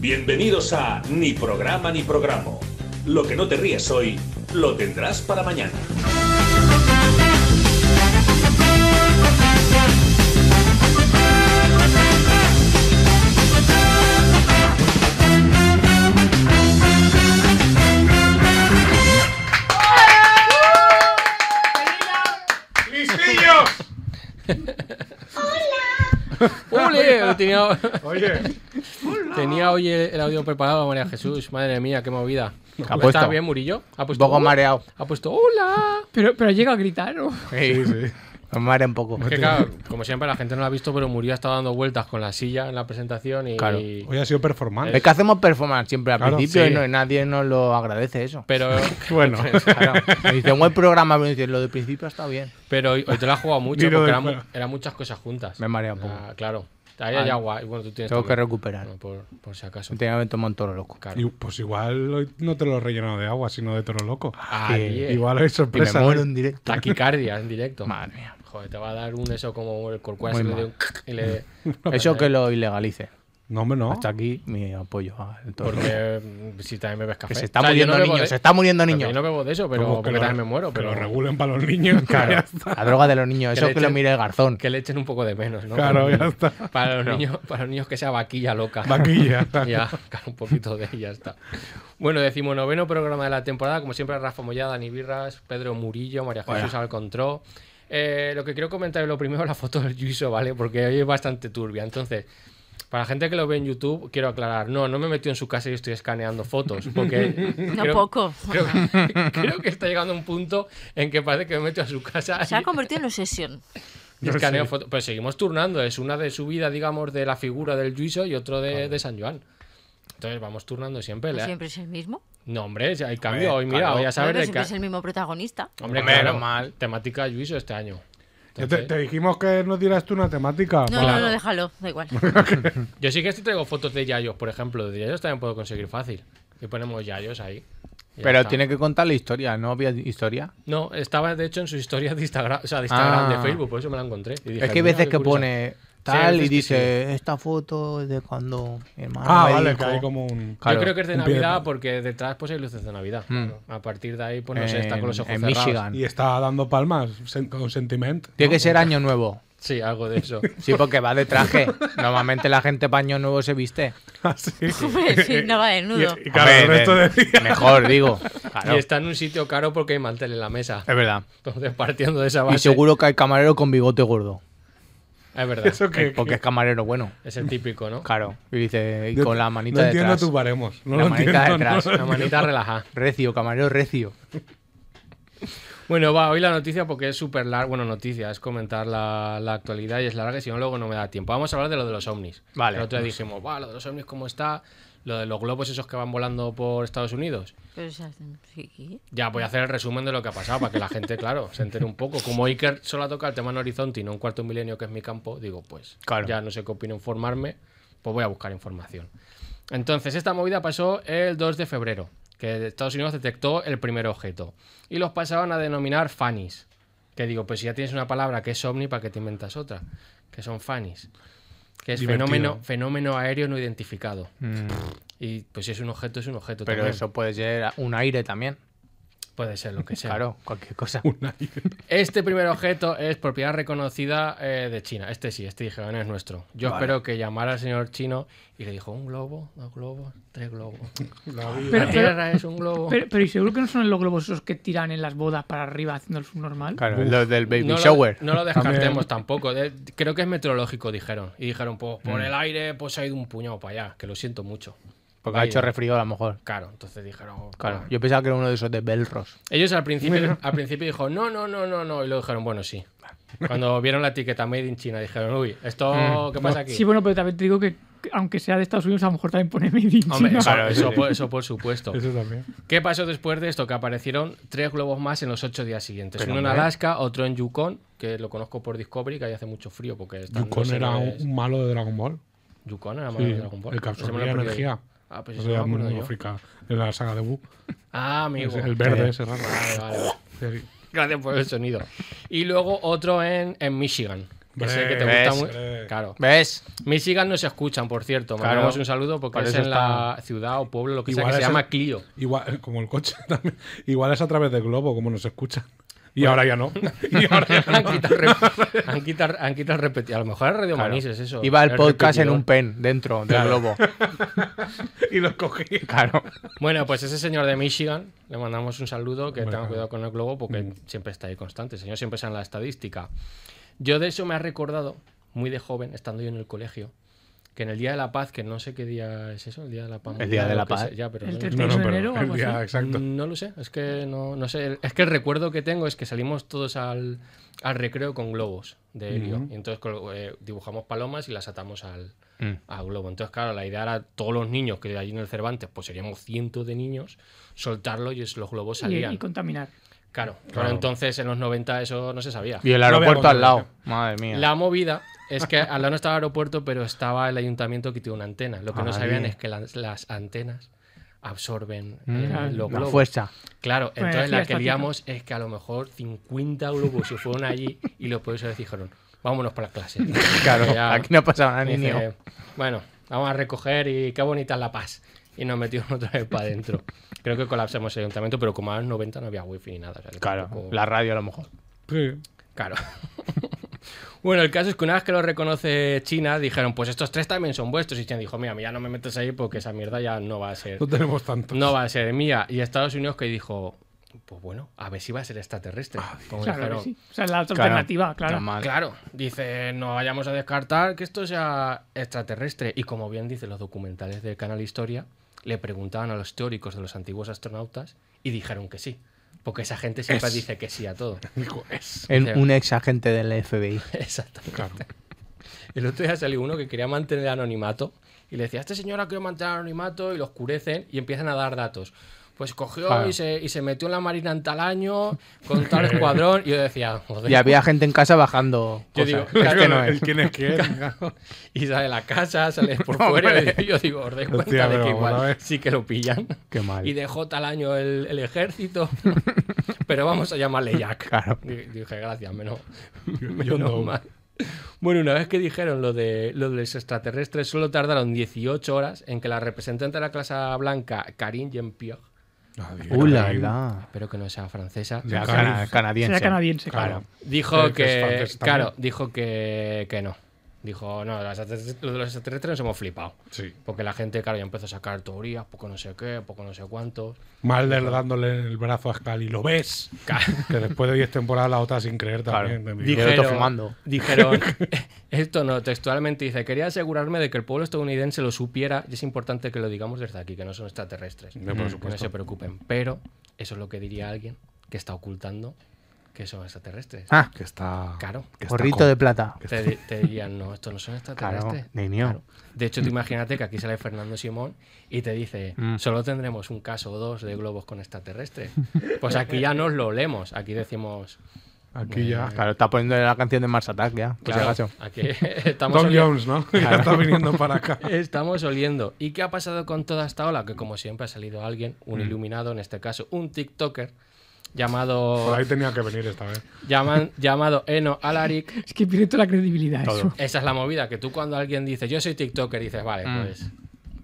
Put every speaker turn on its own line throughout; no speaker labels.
Bienvenidos a Ni programa ni programa. Lo que no te ríes hoy, lo tendrás para mañana.
¡Listillos!
¡Ole! Tenía,
Oye,
tenía hoy el, el audio preparado, María Jesús. Madre mía, qué movida.
puesto.
¿Estás bien, Murillo? Ha
Un
puesto,
poco
"Hola".
mareado.
Ha puesto hola.
Pero, pero llega a gritar, ¿no?
Sí, sí. Me marea un poco.
Es que, claro, como siempre, la gente no lo ha visto, pero Murillo ha estado dando vueltas con la silla en la presentación y.
Claro.
hoy ha sido performante.
Es que hacemos performance siempre al
Claro,
principio
sí.
y no- nadie nos lo agradece eso.
Pero,
Bueno,
Claro. Me dicen, buen programa, pero dicen, lo del principio está bien.
pero hoy, hoy te la has jugado mucho
Dilo
porque
de
eran,
fuera.
eran muchas cosas juntas.
Me marea un poco.
Ah, claro. Ahí hay
Ah,
agua. Y bueno, tú tienes.
Tengo que
también.
recuperar.
Bueno, por, por si acaso.
Últimamente tomo un toro loco.
Claro.
y, pues igual hoy no te lo he rellenado de agua, sino de toro loco.
Ay, eh,
Igual hoy
Ah, Y me
sorpresa.
muero
¿no?
en directo.
Taquicardia en directo.
Madre mía.
Joder, te va a dar un eso como el corcuera se
Muy
le
mal.
dé un y le. eh.
Eso que lo ilegalice.
No, hombre, no.
Hasta aquí mi apoyo al toro loco.
Porque mm, si también me ves café.
Que se está
O sea, yo
muriendo
no bebo
niños,
de-
se está muriendo
Porque
niños.
Yo no bebo de eso, pero
Como que
porque
lo-
también me muero.
que
Pero
lo regulen para los niños. Claro,
La droga de los niños,
Que
eso
le
que lo
echen-
mire el garzón.
que le echen un poco de menos, ¿no?
claro
Porque
ya está.
Para los, niños, para los niños que sea vaquilla loca.
Vaquilla.
ya, claro, un poquito de y ya está. Bueno, decimonoveno programa de la temporada. Como siempre, Rafa Mollada, Dani Birras, Pedro Murillo, María Jesús Alcontró. Eh, lo que quiero comentar es lo primero, la foto del Juiso, ¿vale? Porque hoy es bastante turbia. Entonces, para la gente que lo ve en YouTube, quiero aclarar. No, no me metí en su casa y estoy escaneando fotos. Porque
No
creo-
poco.
Creo, que- creo que está llegando un punto en que parece que me meto a su casa
Se ha convertido en obsesión.
y, y escaneo fotos. Pero seguimos turnando. Es una de subida, digamos, de la figura del Juicio y otro de, de San Juan. Entonces vamos turnando siempre.
No
la-
Pues siempre es el mismo.
No, hombre, si hay cambio.
Hombre,
Hoy, mira,
claro.
hoy ya
No,
sabes
no
de
siempre
que...
es el mismo protagonista.
Hombre,
Hombre,
claro,
no mal.
temática Juicio este año.
Ya te,
Entonces,
te dijimos que nos dirás tú una temática. Ah,
No,
Ah, Claro.
no, no, déjalo, da igual.
Yo sí que este traigo fotos de Yayos, por ejemplo. De Yayos también puedo conseguir fácil. Y ponemos Yayos ahí. Y ya
Pero
está.
tiene que contar la historia, ¿no había historia?
No, estaba de hecho en su historia de Instagram, o sea, de Instagram,
Ah.
de Facebook, por eso me la encontré. Y dije,
es que hay
"Mira,
veces
qué
que
curioso".
pone
hay
tal
veces
y
que
dice, esta foto es de cuando mi hermano
Ah,
me
vale,
dijo".
que hay como un.
Claro, Hmm.
Yo creo que es de
un pie de
Navidad
palo.
porque detrás pues hay luces de Navidad. A partir de ahí, pues no
en,
sé, está con los ojos
en
cerrados.
Michigan.
Y está dando palmas sen- con sentiment.
Tiene que ser año nuevo.
Sí, algo de eso.
Sí, porque va de traje. Normalmente la gente para año nuevo se viste.
Así.
Hombre, sí, no va
Ah, Y,
desnudo.
y claro, el
Hombre,
resto de
me-
día.
Mejor, digo. Claro.
Y está en un sitio caro porque hay mantel en la mesa.
Es verdad.
Entonces, partiendo de esa base.
Y seguro que hay camarero con bigote gordo.
Es verdad.
Eso que.
Porque es camarero bueno.
Es el típico, ¿no?
Claro. Y dice, y
yo
con la
No
manita
entiendo
detrás.
tus baremos. No
La
lo
manita
entiendo.
detrás,
no
Una
lo
manita relajada.
Recio, camarero recio.
Bueno, va, hoy la noticia porque es súper larga. Bueno, noticia, es comentar la, la actualidad y es larga, y si no, luego no me da tiempo. Vamos a hablar de lo de los ovnis.
Vale.
El otro día dijimos, va, lo de los ovnis, ¿cómo está? Lo de los globos esos que van volando por Estados Unidos.
Pero, o sea, sí.
Ya, voy a hacer el resumen de lo que ha pasado para que la gente, claro, se entere un poco. Como Iker solo ha tocado el tema en Horizonte y no en Cuarto Milenio, que es mi campo, digo, pues
Claro.
ya no sé qué opino informarme, pues voy a buscar información. Entonces, esta movida pasó el 2 de febrero, que Estados Unidos detectó el primer objeto. Y los pasaban a denominar fanis. Que digo, pues si ya tienes una palabra que es ovni, ¿para qué te inventas otra? Que son fanis. Que es
Divertido.
fenómeno, fenómeno aéreo no identificado. Y pues si es un objeto, es un objeto
Mm. Pero
también.
eso puede ser un aire también.
Puede ser lo que sea.
Claro, cualquier cosa.
Este primer objeto es propiedad reconocida eh, de China. Este sí, este dije, bueno, es nuestro. Yo espero que llamara al señor chino y le dijo, un globo, dos globos, tres globos.
Pero-
la
pero-
Tierra es un globo.
Pero, pero y seguro que no son los globos esos que tiran en las bodas para arriba haciendo el subnormal.
Claro, lo del baby
no,
shower.
Lo, no lo descartemos tampoco. De- creo que es meteorológico, dijeron. Y dijeron, pues por
Mm.
el aire pues ha ido un puñado para allá, que lo siento mucho.
Porque ha
Ahí.
hecho resfrío a lo mejor.
Claro, entonces dijeron,
Claro.
"Bueno".
Yo pensaba que era uno de esos de Belros.
Ellos al principio, al principio dijo, no, no, no, no, no. Y lo dijeron, bueno, sí. Cuando vieron la etiqueta Made in China, dijeron, uy, ¿esto qué pasa aquí?
Mm. Sí, bueno, pero también te digo que que aunque sea de Estados Unidos, a lo mejor también pone Made in
Hombre, eso,
China.
eso por, eso por supuesto.
Eso también.
¿Qué pasó después de esto? Que aparecieron tres globos más en los ocho días siguientes.
Pero,
Uno en
hombre.
Alaska, otro en Yukon, que lo conozco por Discovery, que ahí hace mucho frío porque está
Yukon era un, un malo de Dragon Ball.
Yukon era
Sí,
de Dragon Ball.
el que
Pues se me lo he
absorbía
perdido
energía.
yo. Ah, pues
O
eso no
sea,
me acuerdo
en
yo.
África, en la saga de Buu.
Ah, amigo.
El verde
Sí.
ese raro.
Vale, vale.
Sí, sí.
Gracias por el sonido. Y luego otro en, en Michigan. Que sé que te
Hombre,
gusta
ves,
hombre.
muy. Claro.
¿Ves?
Michigan no se escuchan, por cierto.
Claro.
Mandamos un saludo porque
Por
es
eso
en la ciudad o pueblo, lo que sea, que
Igual
se
es el-
llama Clio.
Igual, eh, como el coche también. Igual es a través del globo, como nos escuchan. Y ahora ya no. Y ahora ya no.
han quitado, rep- han quitado- han quitado repeti- A lo mejor es Radio
Claro.
Manís, es eso.
Iba el
es
podcast en
repetidor.
un pen dentro del
Claro.
globo.
Y los cogí.
Claro.
Bueno, pues ese señor de Michigan, le mandamos un saludo, que
Hombre,
tenga
claro.
cuidado con el globo porque
Mm.
siempre está ahí constante, el señor siempre está en la estadística. Yo de eso me ha recordado, muy de joven, estando yo en el colegio, que en el Día de la Paz, que no sé qué día es eso, el Día de la Paz.
El Día de la
lo que
Paz.
sea, ya, pero
El
no-
31
No, no,
de
pero
enero o
el
algo
día
así.
exacto.
Mm, No lo sé, es que no, no sé. Es que el recuerdo que tengo es que salimos todos al, al recreo con globos de helio. Y entonces col- eh, dibujamos palomas y las atamos al,
Mm.
al globo. Entonces, claro, la idea era todos los niños que allí en el Cervantes, pues seríamos cientos de niños, soltarlo y es- los globos
Y,
salían.
y contaminar.
Claro, pero entonces en los 90 eso no se sabía.
Y el
No
aeropuerto
veamos
al lado.
nada.
Madre mía.
La movida es que al lado no estaba el aeropuerto, pero estaba el ayuntamiento que tiene una antena. Lo que no
Ah,
sabían
bien.
es que las, las antenas absorben eh,
Mm,
los
la
globos.
fuerza.
Claro,
Pues
entonces
energía
la que
estática.
liamos es que a lo mejor 50 globos se fueron allí y los profesores dijeron, vámonos para las clases.
Claro.
Ya,
Aquí no pasa nada,
dice,
niño.
bueno, vamos a recoger y qué bonita es la paz. Y nos metimos otra vez para adentro. Creo que colapsamos el ayuntamiento, pero como a los 90 no había wifi ni nada. o sea que
Claro.
tampoco-
La radio a lo mejor.
Sí.
Claro. bueno, el caso es que una vez que lo reconoce China, dijeron, pues estos tres también son vuestros. Y China dijo, mira, ya no me metes ahí porque esa mierda ya no va a ser.
No tenemos tanto.
No va a ser mía. Y Estados Unidos que dijo, pues bueno, a ver si va a ser extraterrestre. Como
Claro
dijeron. "Ah,
que sí. O sea, la otra
Claro.
alternativa, claro.
Normal.
Claro, dice, no vayamos a descartar que esto sea extraterrestre. Y como bien dicen los documentales del canal Historia, le preguntaban a los teóricos de los antiguos astronautas y dijeron que sí. Porque esa gente siempre dice que sí a todo.
Dijo, es.
En un ex agente del FBI.
Exactamente.
Claro.
El otro día salió uno que quería mantener el anonimato y le decía, "Este esta señora quiere mantener el anonimato y lo oscurecen y empiezan a dar datos. Pues cogió
Claro.
y, se, y se metió en la marina en tal año con tal escuadrón y yo decía, joder.
Y había gente en casa bajando.
Yo
cosas.
digo,
este no
El
es.
quién es quién.
Y sale de la casa, sale por
No,
fuera.
hombre.
Y yo digo, os dais cuenta
Hostia,
de
pero
que
vamos a
igual
eh.
ver.
sí que lo pillan.
Qué mal.
Y dejó tal año el, el ejército. pero vamos a llamarle Jack.
Claro.
Di- Dije, gracias, menos,
yo
menos
no.
mal. Bueno, una vez que dijeron lo de, lo de los extraterrestres, solo tardaron 18 horas en que la representante de la clase blanca, Karine Jean-Pierre,
Uh, la verdad.
espero que no sea francesa,
O sea,
Claro.
cana- canadiense.
Será canadiense.
Claro.
Dijo
Pero
que,
Eh, que es francés también.
claro, dijo que, que no. Dijo, no, los extraterrestres, lo de los extraterrestres nos hemos flipado.
Sí.
Porque la gente, claro, ya empezó a sacar teorías, poco no sé qué, poco no sé cuánto.
Malder dándole el brazo a Scali. ¿Lo ves? Que después de 10 temporadas la otra sin creer
Claro.
también. de mi-
Dije- otro fumando.
dijeron, esto no, textualmente dice, quería asegurarme de que el pueblo estadounidense lo supiera y es importante que lo digamos desde aquí, que no son extraterrestres.
No, por
que no
supuesto.
se preocupen. Pero eso es lo que diría alguien que está ocultando que son extraterrestres.
Ah,
Que está.
Claro.
que está
gorrito
con-
de plata.
te, di- te dirían, no, esto no son extraterrestres.
Claro, niño.
De hecho, tú imagínate que aquí sale Fernando Simón y te dice,
Mm.
solo tendremos un caso o dos de globos con extraterrestres. Pues aquí ya nos lo olemos, aquí decimos...
Aquí ya.
eh,
Claro, está poniendo la canción de Mars Attack ya. Por si
claro,
acaso.
aquí estamos,
Tom
oli-
Jones, ¿no? Ya está viniendo para acá.
estamos oliendo. ¿Y qué ha pasado con toda esta ola? Que como siempre ha salido alguien, un iluminado, en este caso un TikToker, llamado,
Por ahí tenía que venir esta vez.
llaman, llamado Eno Alaric,
Es que pierde toda la credibilidad
Todo.
eso.
Esa es la movida, que tú cuando alguien dice, yo soy TikToker, dices, vale, pues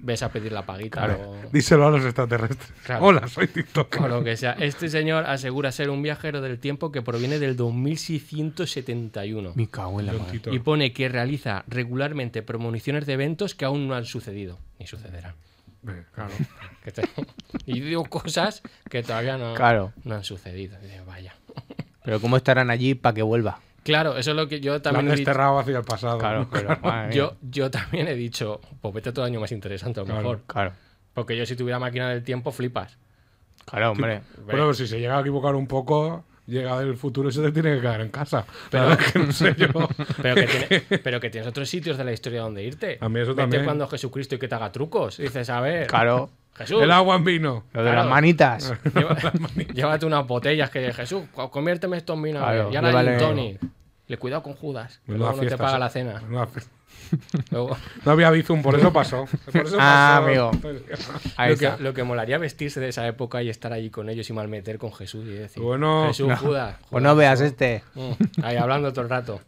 ves a pedir la paguita o,
Díselo a los extraterrestres.
Claro.
Hola, soy TikTok.
o lo que sea. Este señor asegura ser un viajero del tiempo que proviene del 2671
Mi cago en la madre.
Tontito.
y pone que realiza regularmente premoniciones de eventos que aún no han sucedido, ni sucederán.
Eh, Claro.
Que te- Y digo cosas que todavía no,
Claro.
no han sucedido. Y dices, vaya.
Pero ¿cómo estarán allí para que vuelva?
Claro, eso es lo que yo
La eh. han
también he dicho.
desterrado hacia el pasado.
Claro, pero madre mía.
Yo, yo también he dicho, pues vete a tu año más interesante a lo
Claro.
mejor.
Claro.
Porque yo si tuviera máquina del tiempo, flipas.
Claro, hombre.
Bueno, si se llega a equivocar un poco, llega el futuro y se te tiene que quedar en casa. Pero que no sé yo.
Pero que, tiene- pero que tienes otros sitios de la historia donde irte.
A mí eso
Vete
también.
cuando Jesucristo y que te haga trucos. Dices, a ver,
Claro.
Jesús,
El agua en vino.
Lo de
Claro.
las manitas.
lleva- llévate unas botellas que Jesús, co- conviérteme esto en vino.
Claro,
y ahora hay un
llévale-
Tony. Le cuidado con Judas, que
Menuda
luego no te
fiesta
paga
se-
la cena.
menuda fe-
Luego,
No había Bizum, por eso pasó. Pues Por eso
Ah,
pasó.
amigo. Ahí
lo, que,
está.
lo que molaría vestirse de esa época y estar allí con ellos y malmeter con Jesús y decir:
Bueno,
Jesús, Judas.
Pues no
Judas,
veas este.
Mm, ahí hablando todo el rato.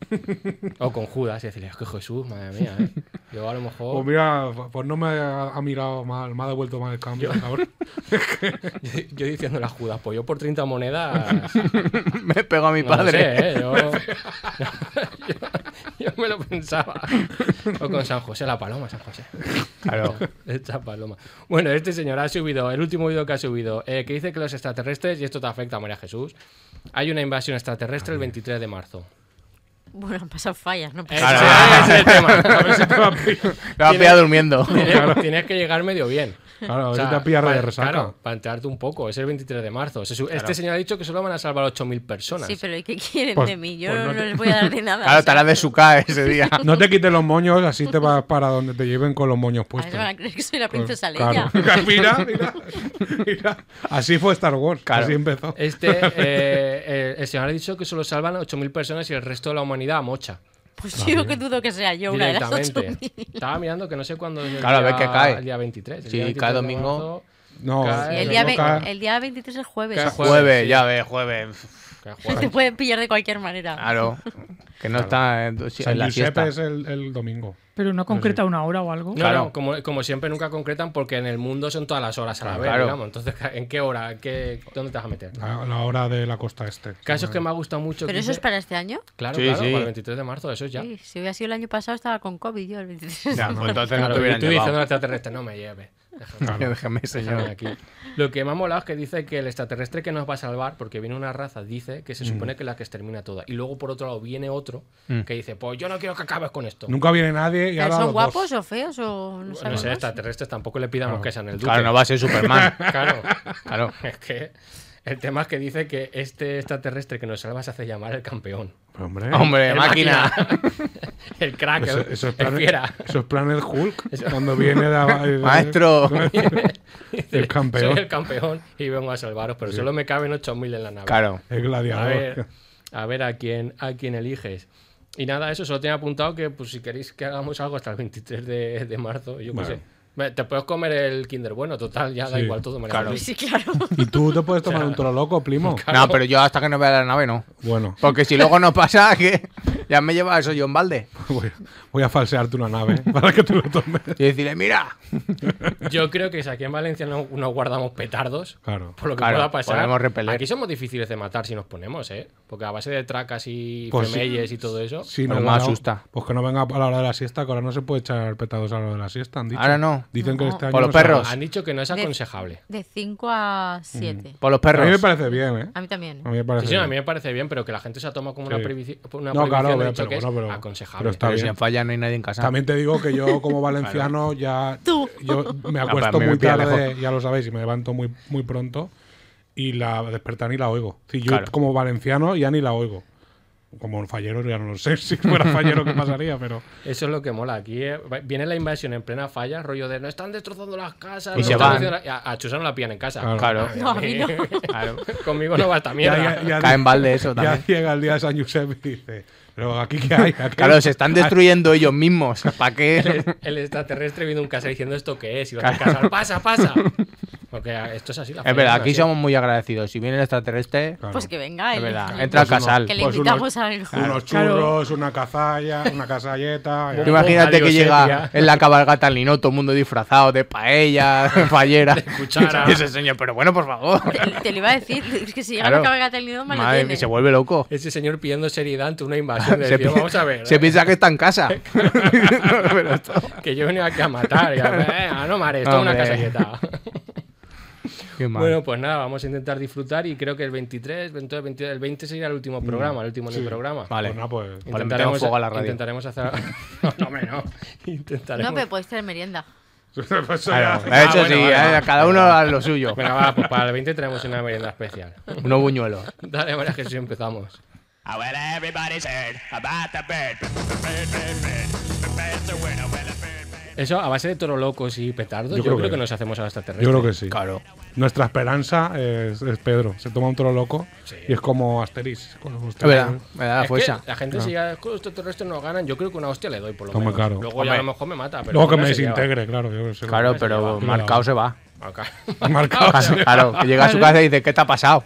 O con Judas y decirle, es que Jesús, madre mía, ¿eh? Yo a lo
Pues
mejor.
mira, pues no me ha ha mirado mal, me ha devuelto mal el cambio. cabrón.
Yo, yo diciéndole a Judas, pues yo por 30 monedas.
Me pegó a mi
no lo
padre.
sé, ¿eh? yo, yo- yo me lo pensaba. O con San José, la paloma, San José.
Claro.
Esta paloma. Bueno, este señor ha subido, el último vídeo que ha subido, eh, que dice que los extraterrestres, y esto te afecta, María Jesús, hay una invasión extraterrestre el 23 de marzo.
Bueno, han pasado fallas,
Eh,
¿no? pasa
Claro.
nada.
Ese es el tema.
Me va a pillar durmiendo.
Tienes, tienes que llegar medio bien.
Claro, a ver
O sea,
si te pillas
pa-
de resaca.
Claro, para enterarte un poco. Es el 23 de marzo. Se su- Este señor ha dicho que solo van a salvar 8.000 personas.
Sí, pero ¿y qué quieren
Pues-
de mí? Yo
pues
no,
no te-
les voy a dar de nada.
Claro,
o sea,
estará de su cara ese día.
No te quites los moños, así te vas para donde te lleven con los moños
a ver,
puestos.
van a creer que soy la
Pues,
princesa Leia.
claro. mira, mira, mira. Así fue Star Wars,
Claro.
así empezó.
Este, eh, eh, el señor ha dicho que solo salvan 8.000 personas y el resto de la humanidad a mocha.
Pues yo que dudo que sea yo una de las ocho
Directamente. Estaba mirando que no sé cuándo. es el
Claro, a ver
día-
qué cae.
El día 23. el
Sí,
día
cae
23 de
domingo.
marzo,
No,
Cae-
El
Pero
día,
no
ve-
cae-
el día 23 es jueves.
Cada
Se
jueves,
Jueves,
sí.
ya ves, jueves.
cae jueves.
te pueden pillar de cualquier manera.
Ah,
Claro. Que no está eh, en, sí, en
San
la
Giuseppe
siesta.
es el, el domingo.
Pero no concreta una hora o algo.
No, no, como, como siempre nunca concretan porque en el mundo son todas las horas a la
Claro,
vez,
claro.
digamos. Entonces, ¿en qué hora? ¿Qué, ¿Dónde te vas a meter?
A la hora de la costa este.
Casos que me ha gustado mucho.
¿Pero
que
eso es
dice-
para este año?
Claro,
Sí,
claro,
sí.
para el 23 de marzo, eso es ya.
Sí, si hubiera sido el año pasado estaba con COVID yo el 23.
Ya, pues entonces no
Claro, y
te hubieran
tú diciendo al
llevado.
extraterrestre, no me lleve. Déjame,
Déjame,
déjame
señor.
aquí. Lo que me ha molado es que dice que el extraterrestre que nos va a salvar, porque viene una raza, dice
Mm.
que se supone que es la que extermina toda. Y luego, por otro lado, viene otro que dice, pues yo no quiero que acabes con esto.
Nunca viene nadie y
¿Pero
ahora
¿Son
los
guapos
dos.
o feos o no
No
sabemos?
sé, extraterrestres tampoco le pidamos que sean el duque.
Claro, no va a ser Superman.
Claro.
Claro.
Es que el tema es que dice que este extraterrestre que nos salva se hace llamar el campeón.
Pero, hombre,
Hombre,
El
máquina.
El crack,
Eso,
el,
eso es
el ah, fiera.
Planet, eso es Planet Hulk. Cuando viene de- de-
Maestro.
el campeón,
Soy el campeón y vengo a salvaros, pero solo me caben 8.000 en la nave.
Claro.
el
A ver,
gladiador.
a ver a quién a quién eliges. Y nada, eso solo tenía apuntado que pues, si queréis que hagamos algo hasta el 23 de, de marzo, yo qué
Vale.
sé. Ve, Te puedes comer el Kinder bueno, total, ya da
Sí.
igual todo. María
Claro.
Jesús.
Sí, claro.
Y tú te puedes tomar un toro loco, primo.
No, pero yo hasta que no vea la nave no.
Bueno,
Porque si luego no pasa, que ya me lleva eso yo en balde.
voy, voy a falsearte una nave ¿eh? para que tú lo tomes.
Y decirle, mira,
Yo creo que si aquí en Valencia no, no guardamos petardos,
Claro.
por lo que
Claro,
pueda pasar,
podemos repeler.
aquí somos difíciles de matar si nos ponemos, ¿eh? Porque a base de tracas y
Pues sí.
femelles y todo eso,
Sí,
Bueno,
no
me
va a-
asusta.
Pues que no venga a la hora de la siesta, que ahora no se puede echar petados a la hora de la siesta, han dicho.
Ahora no.
Dicen que
No.
este año.
Por los
no se va.
perros.
han dicho que no es
De-
aconsejable.
De 5 a 7.
por los
A mí me
perros.
parece bien, ¿eh?
A mí también.
A mí me
Sí,
parece
sí, a
bien.
mí me parece bien, pero que la gente se ha tomado como una,
Sí.
previci- una
No,
prohibición
claro,
de
pero,
dicho que es
bueno, pero-
aconsejable.
pero está
Pero
bien.
si en falla no hay nadie en casa.
También te digo que yo, como valenciano, ya.
Tú.
Yo me
pues
Ah,
acuesto
para mí me
muy
pilla
tarde, ya lo sabéis, y me levanto muy, muy pronto. Y la despertar ni la oigo. Si yo,
Claro.
como valenciano, ya ni la oigo. Como un fallero, ya no lo sé. Si fuera fallero, ¿qué pasaría? Pero.
Eso es lo que mola. Aquí eh, va- viene la invasión en plena falla, rollo de no están destrozando las casas.
Y
no
se
están
van.
haciendo la-". A, a Chusa no la pillan en casa.
Claro.
Claro.
No, a mí no.
Claro.
Conmigo no va esta
Ya,
mierda.
ya- ya-
Cae en balde
ya
eso también.
llega el día de San Josep y dice: Pero aquí que hay. Aquí-
Claro, se están destruyendo ellos mismos. ¿Para qué?
El, el extraterrestre viendo un casa diciendo esto qué es. Y va a casa, pasa, pasa. Porque ah, esto es así. la
Es
falla
verdad,
es
aquí
así.
somos muy agradecidos. Si viene el extraterrestre,
Claro.
Pues que venga.
es
el-
verdad,
el-
entra al
Pues uno-
casal.
Que le
Pues unos-
invitamos a algo.
Unos
Claro.
churros, una cazalla, una casalleta.
Tú
ya.
imagínate
Adiós,
que
sepia.
llega en la cabalgata al lino, todo el mundo disfrazado de paella, de fallera.
cuchara.
Y ese señor, pero bueno, por favor.
Te, te lo iba a decir. Es que si ya
Claro.
me cabalgata el nido, mal lo
Madre
tiene.
mía, se vuelve loco.
Ese señor pidiendo seriedad ante una invasión. de
Se
decir,
pi-
vamos a ver.
Se
eh,
piensa que está en casa. Pero esto-
Que yo he venido aquí a matar. Y a ver, eh, ah, no mares, esto es una
Hombre.
casalleta.
Qué mal.
Bueno, pues nada, vamos a intentar disfrutar. Y creo que el 23, 22, 22, el 20 sería el último programa, el último ni programa.
Mm. vale.
Pues nada, pues.
Vale, metemos fuego a la radio.
intentaremos hacer. No, no, hombre, no. Intentaremos.
No, pero podéis tener merienda.
Pues
Claro,
ya-
de hecho,
bueno,
sí,
vale,
eh,
vale.
cada uno a lo suyo.
Venga, va, pues para el 20 tenemos una merienda especial.
Unos buñuelos.
Dale, María Jesús, empezamos.
I want everybody's heard about the bird. Bird, bird, bird. The bird's a winner, well, a bird, bird.
Eso a base de toro locos y petardos, yo, creo, que, nos hacemos a los
Yo
extraterrestres.
creo que sí.
Claro.
Nuestra esperanza es, es Pedro. Se toma un toro loco y es como Asterix. con los
Es verdad,
tres, ¿eh?
me da la
Es que
fuerza.
la gente, si ya los extraterrestres nos ganan, yo creo que una hostia le doy por lo
Toma,
menos.
claro.
Luego ya
Hombre.
a lo mejor me mata. Pero
Luego que
una
me
se lleva.
desintegre, claro. yo sé.
Claro,
lleva.
pero marcado se va.
Acá.
Marcado.
Casi, Claro, que llega a su casa y dice, ¿qué te ha pasado?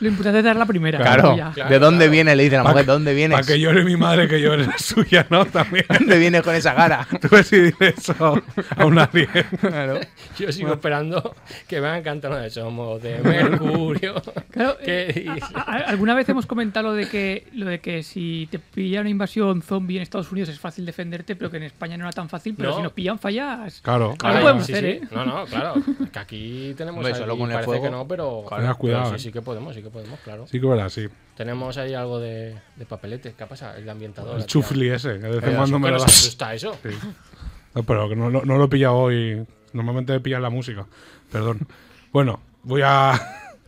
Lo importante es dar la primera.
Claro,
y ya.
Claro,
¿de dónde
claro.
viene? Le dice la mujer, ¿de dónde
Para
vienes?
que
¿De
llore mi madre, que llore la suya, ¿no? También.
dónde vienes con esa cara?
Tú ves si dices eso a un alien.
Claro.
Yo sigo esperando que me hagan cantar de Somos de Mercurio.
Claro,
que
eh,
dice-
a- a- alguna vez hemos comentado lo de que lo de que si te pilla una invasión zombie en Estados Unidos es fácil defenderte, pero que en España no era tan fácil, pero
No.
si nos pillan fallas.
Claro.
Claro,
Ay,
podemos
sí,
hacer,
sí.
¿eh?
No, no, claro. Que aquí tenemos.
Hombre,
ahí-
solo con el
parece
fuego.
que no, pero.
Claro,
pero
cuidado, eh.
sí, sí que podemos, sí que podemos, claro.
Sí que verás, sí.
Tenemos ahí algo de, de papeletes. ¿Qué pasa? El ambientador.
El
la tía.
chufli ese, que de vez en
Pero
cuando
¿Qué
me lo
nos
da.
asusta eso?
No, pero que no, no- no lo he pillado hoy. Normalmente he pillado la música. Perdón. Bueno, voy a.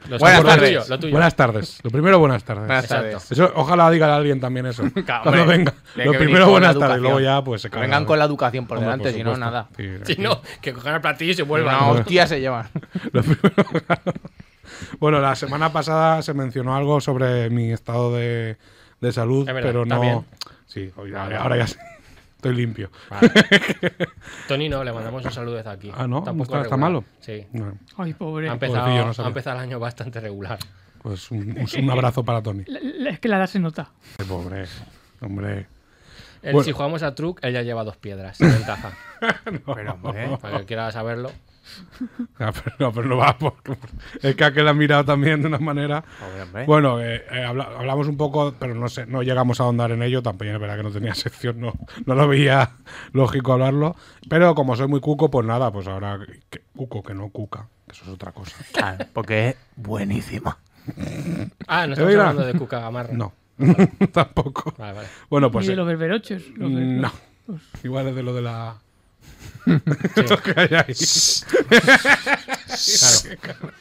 Lo
Buenas
tuyo,
tardes.
Lo tuyo.
Buenas tardes. Lo primero, buenas tardes.
Buenas
Exacto.
tardes.
Eso, ojalá diga a alguien también eso. Cuando
hombre,
venga.
tiene
Lo
que venir
primero,
con
buenas
la
tardes.
educación.
Luego ya, pues se
Que
caga.
vengan con la educación por
Hombre,
delante, si no,
supuesto.
nada.
Sí,
Si no, que cojan el platillo y se vuelvan.
Una hostia se llevan.
Lo primero, claro. Bueno, la semana pasada se mencionó algo sobre mi estado de, de salud,
Es verdad,
pero
¿estás
no.
bien?
Sí, hoy- ahora, ahora ya sí. estoy limpio.
Tony no, le mandamos un saludo desde aquí.
Ah, ¿no? ¿No
Tampoco
está-
es
está
regular.
malo?
Sí.
Bueno,
Ay, pobre.
Ha
pobrecillo,
empezado,
no sabía.
ha empezado el año bastante regular.
pues un, un- un abrazo para Tony.
La- la- es que la edad se nota.
Qué pobre, hombre.
Él,
Bueno.
Si jugamos a Truc, él ya lleva dos piedras. de ventaja.
Pero, hombre,
Para que quiera saberlo.
Ah, pero, no, pero no va por. Es que aquel ha mirado también de una manera.
hombre, hombre.
Bueno, eh, eh, habla- hablamos un poco, pero no sé, no llegamos a ahondar en ello. También es verdad que no tenía sección, no, no lo veía lógico hablarlo. Pero como soy muy cuco, pues nada, pues ahora que- cuco, que no cuca, que eso es otra cosa.
Claro, porque es buenísima.
Ah, no estamos
Oiga.
hablando de Cuca Gamarra.
No, tampoco.
Vale, vale.
Bueno,
y
pues.
de
eh,
los berberoches. los ber-
no.
los-
Igual es de lo de la. Lo que hay ahí.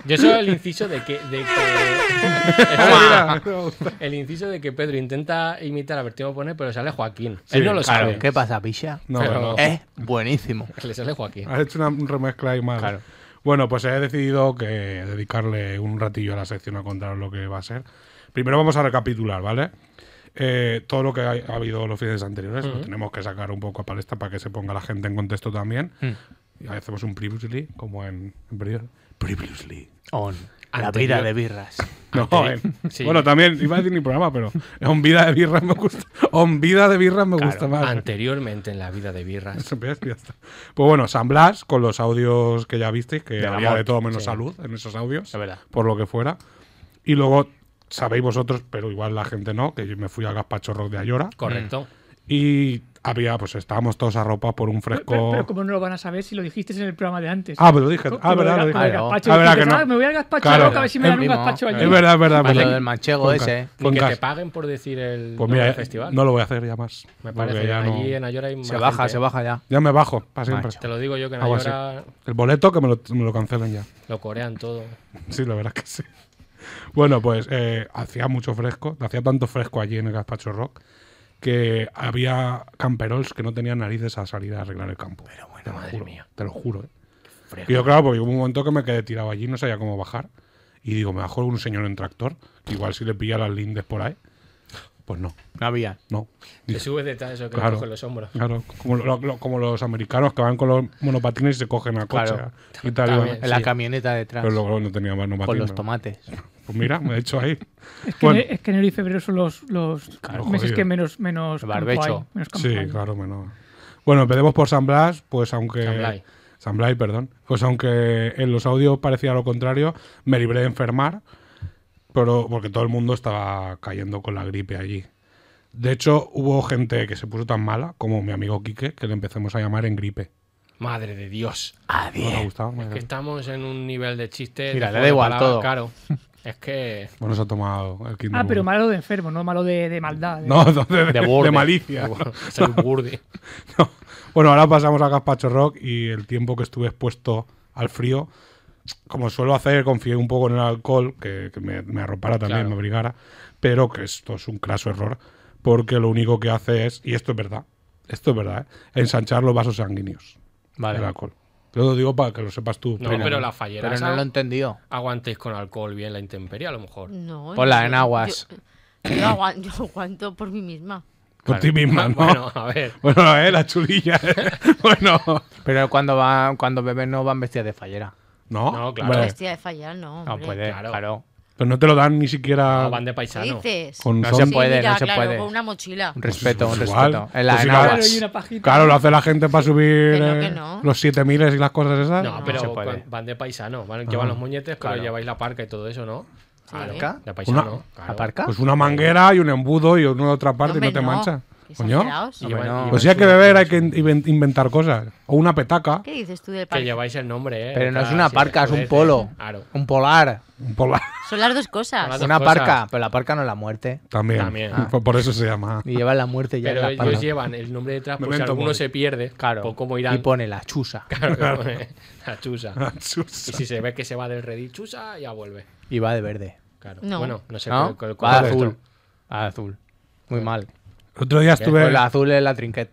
Yo soy el inciso de que. de que-
Ah, mira, me gusta.
el inciso de que Pedro intenta imitar a Bertino Pone, pero sale Joaquín. Él no lo sabe.
¿Qué pasa, picha?
No,
Pero-
no.
Es buenísimo.
Le sale Joaquín.
Has hecho una remezcla ahí mal.
Claro.
Bueno, pues he decidido que dedicarle un ratillo a la sección a contaros lo que va a ser. Primero vamos a recapitular, ¿vale? Eh, todo lo que ha, ha habido los fines anteriores lo tenemos que sacar un poco a palestra para que se ponga la gente en contexto también. Y ahí hacemos un previously, como en, en Brion. Previously.
On. La
Anterior.
vida de birras.
No,
Anterior-
en-
sí.
Bueno, también iba a decir mi programa, pero on vida de birra me gusta. On vida de birra me gusta más.
Ah, Anteriormente en la vida de birras.
¿Ves? Ya está. Pues bueno, San Blas, con los audios que ya visteis, que
De la
había
mort,
de todo menos
sí.
salud en esos audios,
Es verdad.
por lo que fuera. Y luego, sabéis vosotros, pero igual la gente no, que yo me fui a Gazpacho Rock de Ayora. Mm.
Correcto.
Y había, pues estábamos todos arropados por un
Pero,
fresco.
pero, como no lo van a saber si lo dijiste en el programa de antes.
Ah, pero lo dije.
Co-
Ah,
como
verdad,
era-
lo
como
dije.
era
Claro.
gazpacho,
Ah, verdad
dijiste,
que no.
"Ah, me voy al gazpacho
Claro.
loca, a ver si me dan un
Primo.
gazpacho allí.
Es verdad, es verdad.
Para
verdad.
lo del manchego
Con
ese.
gas-
¿eh? Ni
con
que te
gas.
paguen por decir el
Pues
nombre
mira,
del festival.
no lo voy a hacer ya más.
me
porque
parece.
Ya, no-
Allí en Ayora hay más
Se baja,
gente.
se baja ya.
ya me bajo, para siempre.
Te lo digo yo que en
Algo así.
Ayora
El boleto que me lo, me lo cancelen ya.
lo corean todo.
Sí, la verdad es que sí. Bueno, pues eh, hacía mucho fresco, hacía tanto fresco allí en el Gazpacho Rock que había camperols que no tenían narices a salir a arreglar el campo. Pero bueno, te lo
madre
juro,
mía.
Te lo juro. ¿eh?
Fresco.
Y yo, claro, porque hubo un momento que me quedé tirado allí, no sabía cómo bajar. Y digo, me bajo con un señor en tractor, que igual si le pilla las lindes por ahí. Pues no,
No había.
no.
Te
Dije,
subes detrás eso que
Claro.
le cogen los hombros.
Claro, como, lo- lo- como los americanos que van con los monopatines y se cogen a coche.
Claro.
Y tal, y
También.
van-
En la
Sí.
camioneta detrás.
pero luego no tenía más
Con
monopatines.
los tomates.
Pues mira, me he hecho ahí.
Es que,
Bueno.
ene- es que enero y febrero son los, los
Claro,
meses
jodido.
que menos, menos
El
campo
barbecho.
hay, menos campo
Sí,
hay.
claro, menos. Bueno, empecemos por San Blas, pues aunque.
San Blay.
San Blay, perdón. Pues aunque en los audios parecía lo contrario, me libré de enfermar, pero porque todo el mundo estaba cayendo con la gripe allí. De hecho, hubo gente que se puso tan mala, como mi amigo Quique, que le empecemos a llamar en gripe.
Madre de Dios.
¿No os ha gustado?
Que estamos en un nivel de chiste.
Mira,
de
le da
juego de
igual
palabras,
todo.
Claro. Es que.
Bueno, se ha tomado el Kinder
Ah, pero
Bueno.
malo de enfermo, no malo de, de maldad. ¿eh? de-
No, no, de, de- de
borde.
malicia.
Soy burde.
No. Bueno, ahora pasamos a Gazpacho Rock y el tiempo que estuve expuesto al frío, como suelo hacer, confié un poco en el alcohol, que, que me, me arropara también,
Claro.
me abrigara, pero que esto es un craso error, porque lo único que hace es, y esto es verdad, esto es verdad, ¿eh? ensanchar los vasos sanguíneos
Vale.
el alcohol. Yo lo digo para que lo sepas tú.
No,
Peña,
pero la
Pero
falleras
no lo Mm. he entendido.
aguantéis con alcohol bien la intemperie, a lo mejor.
No.
Hola,
yo-
en aguas.
Yo, yo agua- yo aguanto por mí misma.
Por ti misma, ¿no?
Bueno, a ver.
Bueno, eh, la chulilla. bueno.
Pero cuando van, cuando beben no van vestidas de fallera.
No,
No, claro.
hombre,
Hostia, de fallar, no.
No
hombre.
puede,
claro.
claro.
pero no te lo dan ni siquiera
No, Ah, van de
¿Qué
paisano.
dices?
con
No
son-
se
Sí,
puede,
mira,
no se
claro,
puede.
con una mochila.
Un respeto, un
Pues
respeto.
igual.
En la
Pues
en
igual.
aguas.
y una pajita.
Claro, lo hace la gente para subir
Que no, que
eh,
no.
los 7000 y las cosas esas.
No,
No
pero
Ah. se puede. Ah.
cu- van de paisano. Van, llevan los muñetes, pero lleváis la parca y todo eso, ¿no?
Claro.
¿Parca?
De paisano.
Una-
claro.
¿La parca?
Pues una manguera y un embudo y una otra parte
hombre,
y no te mancha.
¿Qué
Coño.
exagerados?
Y llevan-
Hombre, no.
llevan
Pues si hay
su-
que beber, hay que in- inven- inventar cosas. O una petaca.
¿Qué dices tú de
Que
parque?
lleváis el nombre, ¿eh?
Pero no
Claro,
es una
sí,
parca, es un
joder,
polo.
Claro.
Un polar.
un pola-
Son las dos
Son
cosas.
las
Una
cosas.
parca. Pero la parca no es la muerte.
También.
También.
Ah. Por, por eso se llama.
Y llevan la muerte ya en
Pero
la
ellos
espalda.
llevan el nombre detrás por si
Memento
alguno
mori.
se pierde.
Claro.
Por cómo
Y
irán.
pone la chusa.
Claro, que pone la chusa. Y
Chusa.
si se ve que se va del redil chusa, ya vuelve.
Y va de verde.
Claro.
No.
Bueno, no sé
¿No?
cuál- cuál-
Va
cuál-
de azul. Va de azul. Muy mal.
El otro día estuve.
Pues la azul es la trinquet.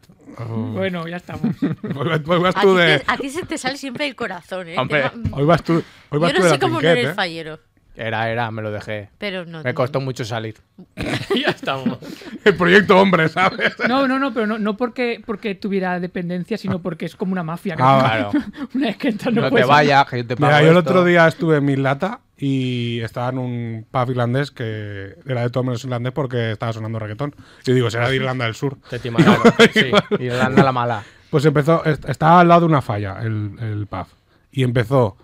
Bueno, ya estamos.
Hoy vas
A
tú
ti,
de.
te, a ti se te sale siempre el corazón, ¿eh?
Hombre,
Te va-
Hoy vas tú. Hoy vas
Yo
tú
no
de
sé
la
cómo no
trinquet,
eres
¿eh?
fallero,
Era, era, me lo dejé.
pero no.
Me costó mucho salir.
ya estamos.
El proyecto hombre, ¿sabes?
No, no, no, pero no, no porque, porque tuviera dependencia, sino porque es como una mafia.
Ah,
Claro.
Una vez que entras no,
No te
puedes-
vayas, que yo te pago.
Mira, yo el
esto.
otro día estuve en Mislata y estaba en un pub irlandés que era de todo menos irlandés porque estaba sonando reggaetón. Yo digo, será de Irlanda del Sur.
Te timarán. sí.
Y le anda la mala.
Pues empezó, est- estaba al lado de una falla el, el pub. Y empezó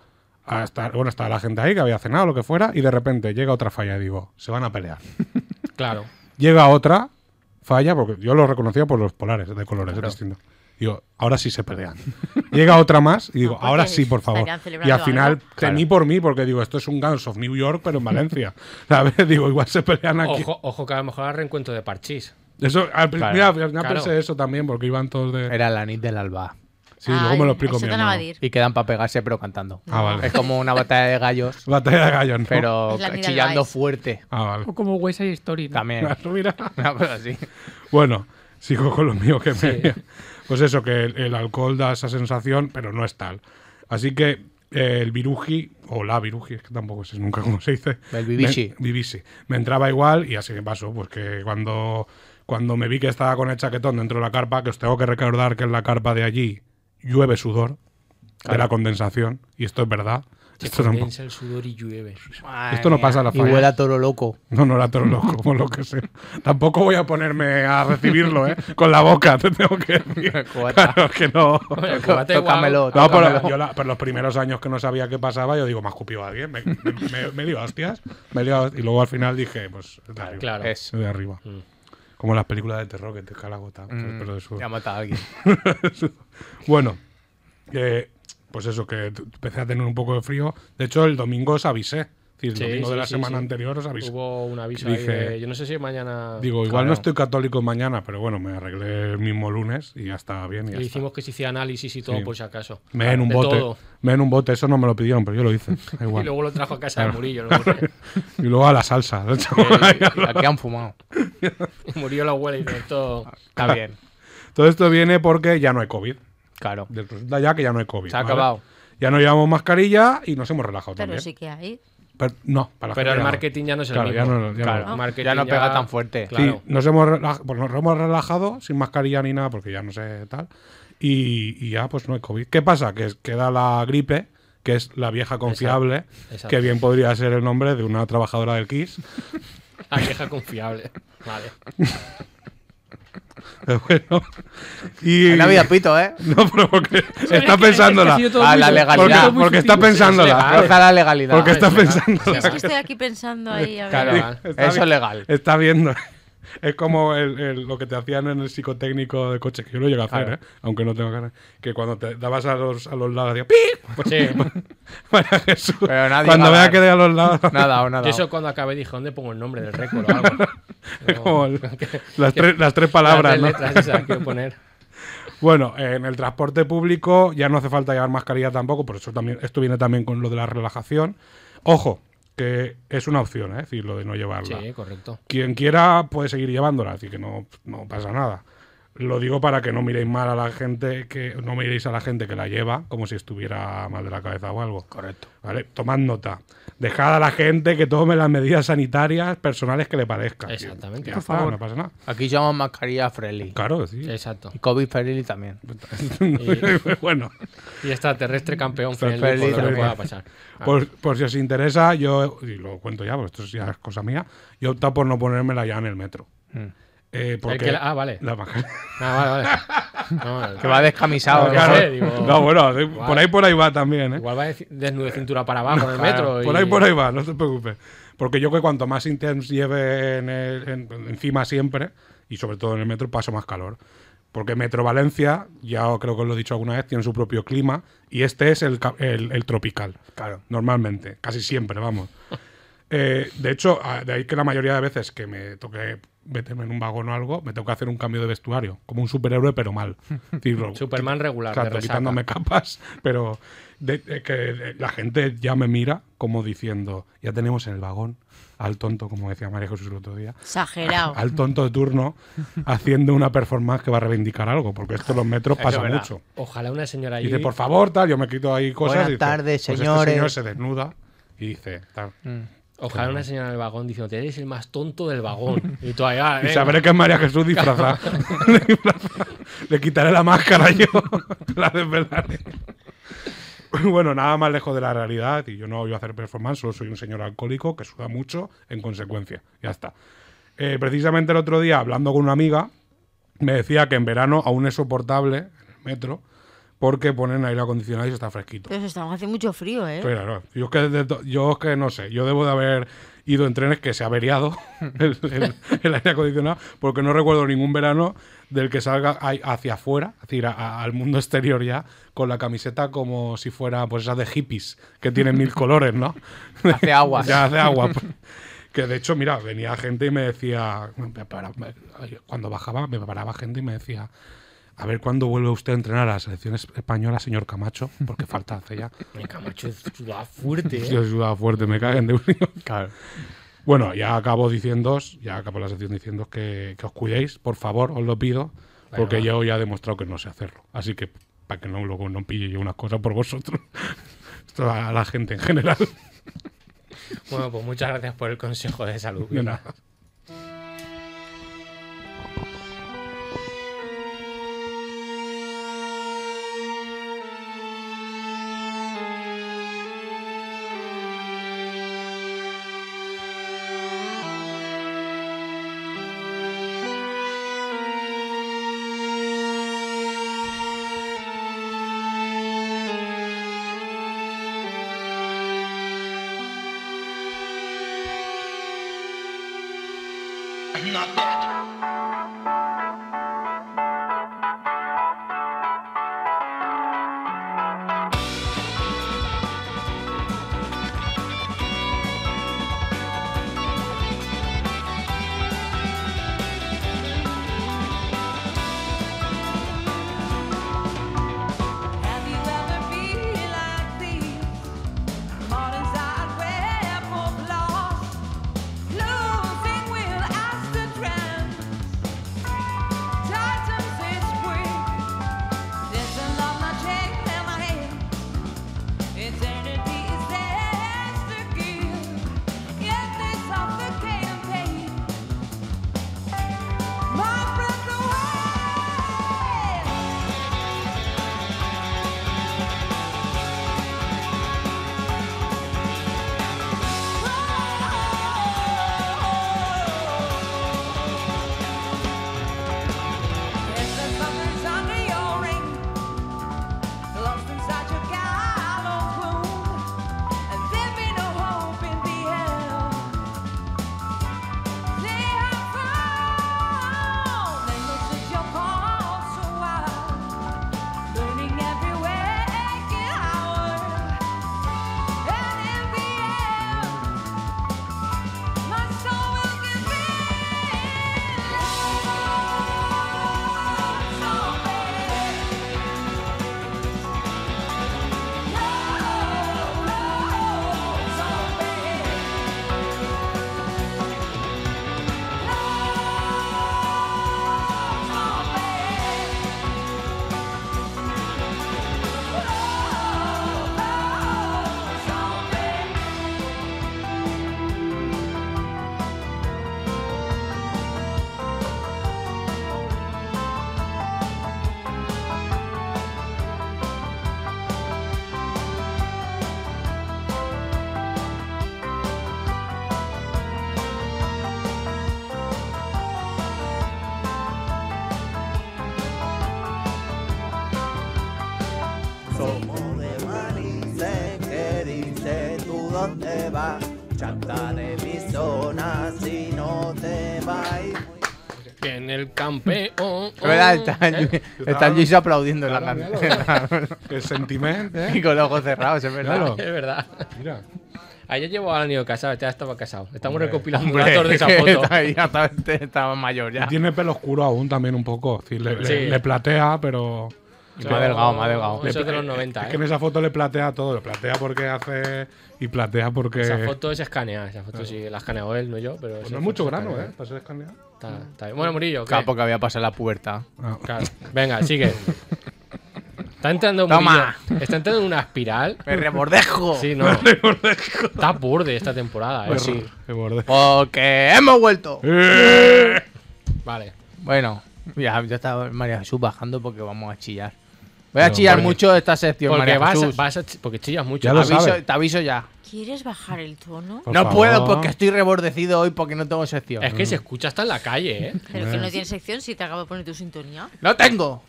a estar, bueno, estaba la gente ahí que había cenado, lo que fuera, y de repente llega otra falla y digo, se van a pelear.
Claro.
Llega otra falla, porque yo lo reconocía por los polares, de colores, es distinto. Digo, ahora sí se pelean. Llega otra más y digo,
porque
ahora sí, por favor.
estarían celebrando
Y al final
algo.
temí por mí, porque digo, esto es un Guns of New York, pero en Valencia. ¿Sabes? Digo, igual se pelean aquí.
Ojo, ojo que a lo mejor al reencuentro de parchís.
Eso, al pri-
Claro.
mira, al final
Claro.
pensé eso también, porque iban todos de.
Era la nit del alba.
Sí, luego me lo explico mi
bien.
hermano.
Y quedan para pegarse, pero cantando.
Ah, vale.
Es como una batalla de gallos,
Batalla de gallos, ¿no?
pero
Es la nit del
chillando
Vice.
fuerte.
Ah, vale.
O como West Side Story. ¿no?
También.
Claro, mira.
Una cosa así.
Bueno, sigo con lo mío que me... Pues eso, que el, el alcohol da esa sensación, pero no es tal. Así que eh, el viruji, o la viruji, es que tampoco sé nunca cómo se dice.
El vivishi.
Me, vivishi. Me entraba igual y así me pasó, pues que cuando, cuando me vi que estaba con el chaquetón dentro de la carpa, que os tengo que recordar que en la carpa de allí llueve sudor de la condensación, y esto es verdad.
Se
Esto, tampoco-
condensa el sudor y llueve.
esto no pasa a la
Y
falla.
huele a toro loco.
No, no era toro loco, como lo que sea. Tampoco voy a ponerme a recibirlo, ¿eh? Con la boca, te tengo que decir.
Cubata.
Claro que no.
Bueno, cubate guau.
Tócamelo,
No,
tócamelo.
pero yo la- pero los primeros años que no sabía qué pasaba, yo digo, me ha escupido alguien, me, me, me- me he liado a hostias, me he liado a hostias. Y luego al final dije, pues, es de arriba.
Claro. Mm.
Es.
Es de arriba. Como las películas de terror que te cae la gota. por el pelo de sudor.
Ya mata a alguien.
Bueno, eh, pues eso, que t- empecé a tener un poco de frío. De hecho, el domingo os avisé. Es decir, el
Sí,
domingo
sí,
de la
sí,
semana
sí.
anterior os avisé.
Hubo un aviso
Dije-
ahí de- Yo no sé si mañana...
Digo, igual no estoy católico mañana, pero bueno, me arreglé el mismo lunes y ya estaba bien. Y ya
Le
está.
hicimos que se hiciera análisis y todo
Sí.
por si acaso.
Me en un
De
bote.
todo.
Me en un bote, eso no me lo pidieron, pero yo lo hice. da
Y
igual.
luego lo trajo a casa de Murillo. ¿no? Porque
Y luego a la salsa. de hecho.
Eh, Aquí han fumado.
Murillo lo huele y dice, esto...
Está bien.
Todo esto viene porque ya no hay COVID.
Claro.
Resulta ya que ya no hay COVID.
Se ha acabado.
Ya no llevamos mascarilla y nos hemos relajado
Pero
también.
sí que hay.
Pero- no, para la
Pero
gente
el
ya no.
marketing ya no es el
Claro,
mismo.
ya no- ya no.
Claro,
Ah.
marketing
Ya no pega tan fuerte.
Claro.
Sí, nos hemos, relaj- pues nos hemos relajado sin mascarilla ni nada, porque ya no sé tal. Y, y ya, pues no hay COVID. ¿Qué pasa? Que es- queda la gripe, que es la vieja confiable,
exacto.
que bien podría ser el nombre de una trabajadora del KISS.
La queja confiable. Vale.
Pero bueno. Y,
No había pito, ¿eh?
No, pero porque
Es que-
está
es que ha
pensándola.
sido todo
A
muy-
la
todo muy
legalidad.
sutil.
Porque, porque está
Vale.
Roza
pensándola.
la legalidad.
Porque está
Vale.
Sí,
pensándola.
es que estoy aquí pensando ahí. A
Claro.
ver.
Está
Eso
bien.
es legal.
Está viendo. Es como el- el- lo que te hacían en el psicotécnico de coche, que yo lo llego a hacer,
Claro.
¿eh? aunque no tengo ganas. Que cuando te dabas a los, a los lados, hacía ¡Pi! Pues,
Sí.
María Jesús.
Pero nadie
cuando
va a
vea
dar.
que de a los lados.
Nada o nada.
Yo eso cuando acabé dije, ¿dónde pongo el nombre del récord o algo?
es como el- las, tres, las tres
Las
palabras,
tres
¿no?
letras esas quiero poner.
Bueno, en el transporte público ya no hace falta llevar mascarilla tampoco, por eso también esto viene también con lo de la relajación. Ojo, que es una opción, ¿eh? es decir, lo de no llevarla.
Sí, correcto.
Quien quiera puede seguir llevándola, así que no, no pasa nada. Lo digo para que no miréis mal a la gente, que no miréis a la gente que la lleva como si estuviera mal de la cabeza o algo.
Correcto.
¿Vale? Tomad nota. Dejad a la gente que tome las medidas sanitarias personales que le parezcan.
Exactamente.
Ya
Por
está,
favor.
no pasa nada.
Aquí llamamos mascarilla Freli.
Claro, sí.
Exacto.
Y COVID Freli también.
bueno,
Y extraterrestre campeón
Fer-
friendly, por
Feliz
lo que
Navidad.
pueda pasar. Ah,
por, por si os interesa, yo, y lo cuento ya, porque esto ya es cosa mía, yo he optado por no ponérmela ya en el metro.
Mm.
Eh, porque
que la- ah, vale.
la mascarilla-
ah, vale, vale. No,
Que va descamisado.
Ah,
¿no?
Claro.
sé, digo-
No, bueno, de- por ahí por ahí va también, ¿eh?
Igual va de ci- desnudo de cintura para abajo en el metro.
Claro,
y-
Por ahí por ahí va, no te preocupes. Porque yo creo que cuanto más intense lleve en el- en- encima siempre, y sobre todo en el metro, paso más calor. Porque Metro Valencia, ya creo que os lo he dicho alguna vez, tiene su propio clima y este es el, ca- el- el tropical.
Claro.
Normalmente, casi siempre, vamos. Eh, de hecho, a- de ahí que la mayoría de veces que me toque meterme en un vagón o algo, me tengo que hacer un cambio de vestuario, como un superhéroe, pero mal. Es decir, lo-
Superman regular. de
Claro,
resaca.
quitándome capas, pero de- de que de- la gente ya me mira como diciendo, ya tenemos en el vagón al tonto, como decía María Jesús el otro día,
Exagerado.
al tonto de turno haciendo una performance que va a reivindicar algo, porque esto en los metros
Eso es
pasa
verdad.
mucho.
Ojalá una señora
Y
allí.
dice, por favor, tal, yo me quito ahí cosas.
Buenas
y dice,
tardes,
"Pues este
señores".
señor se desnuda y dice, tal.
Ojalá una señora en el vagón diciendo, eres el más tonto del vagón. Y tú ahí, ah,
Y
venga.
sabré que es María Jesús disfrazada. Le quitaré la máscara yo. la desvelaré. Bueno, nada más lejos de la realidad. Y yo no voy a hacer performance, solo soy un señor alcohólico que suda mucho en consecuencia. Ya está. Eh, precisamente el otro día, hablando con una amiga, me decía que en verano aún es soportable en el metro porque ponen aire acondicionado y está fresquito.
Pero se estamos haciendo mucho frío, ¿eh?
Claro, claro. Yo es que, desde to- yo es que no sé, yo debo de haber ido en trenes que se ha averiado el, el- el aire acondicionado, porque no recuerdo ningún verano del que salga ahí hacia afuera, es decir, a- a- al mundo exterior ya, con la camiseta como si fuera pues esas de hippies, que tienen mil colores, ¿no?
Hace aguas.
Ya hace agua. pues. Que de hecho, mira, venía gente y me decía, me para- me- cuando bajaba, me paraba gente y me decía, a ver cuándo vuelve usted a entrenar a la selección es- española, señor Camacho, porque falta hace ya.
Venga, Camacho sudaba fuerte. ¿eh?
Yo sudaba fuerte, me caguen de unión. Bueno, ya acabo diciendo, ya acabo la sección diciendo que, que os cuidéis, por favor, os lo pido, porque yo ya he demostrado que no sé hacerlo. Así que para que no luego no pille yo unas cosas por vosotros. Esto a la gente en general.
Bueno, pues muchas gracias por el consejo de salud.
De nada.
I'm not dead.
Have you ever been like these? Caught inside web of loss, losing will, I still drown.
Somos de Manice, que dice tú dónde vas. Chantaré mi zona si no te vais.
Que en el oh, campeón.
Es verdad, está,
¿eh?
está Luis aplaudiendo en la
Claro,
canción.
El sentimiento,
Y
¿eh?
con los ojos cerrados, es verdad.
Claro.
Es verdad.
Mira.
Ayer llevó a niño casado, este ya estaba casado. Estamos recopilando
Hombre,
datos de esa foto.
está ahí, ya estaba, este, estaba mayor ya.
Tiene pelo oscuro aún también un poco. Es decir, le, le-
Sí.
le platea, pero.
Me ha delgado, me ha delgado.
Eso
le-
es de los 90,
Es
¿eh?
que en esa foto le platea todo. Le platea porque hace. Y platea porque.
Esa foto es escaneada, esa foto sí, la ha escaneado él, no yo, pero...
Pues
esa foto
no es mucho
se
grano,
escaneó.
¿eh? Para ser escaneado.
Está, está bien. Bueno, Murillo, ¿qué?
Capo que había pasado la puerta.
Ah.
Claro. Venga, sigue. Está entrando
Toma.
Murillo. Está entrando en una espiral.
¡Me rebordejo!
Sí, no. Está burde esta temporada, ¿eh?
Pues sí.
Qué borde.
Porque hemos vuelto.
¡Eh!
Vale.
Bueno, ya, ya está María Jesús bajando porque vamos a chillar. Voy a
No,
chillar
porque-
mucho esta sección,
Porque,
María
vas,
Jesús.
vas a chi- porque chillas mucho.
Ya lo
Te aviso-
sabes.
te aviso ya.
¿Quieres bajar el tono?
Por
no
favor.
puedo porque estoy rebordecido hoy porque no tengo sección.
Es que se escucha hasta en la calle, ¿eh?
Pues-
Pero que no tiene sección si te acabo de poner tu sintonía.
¡No tengo!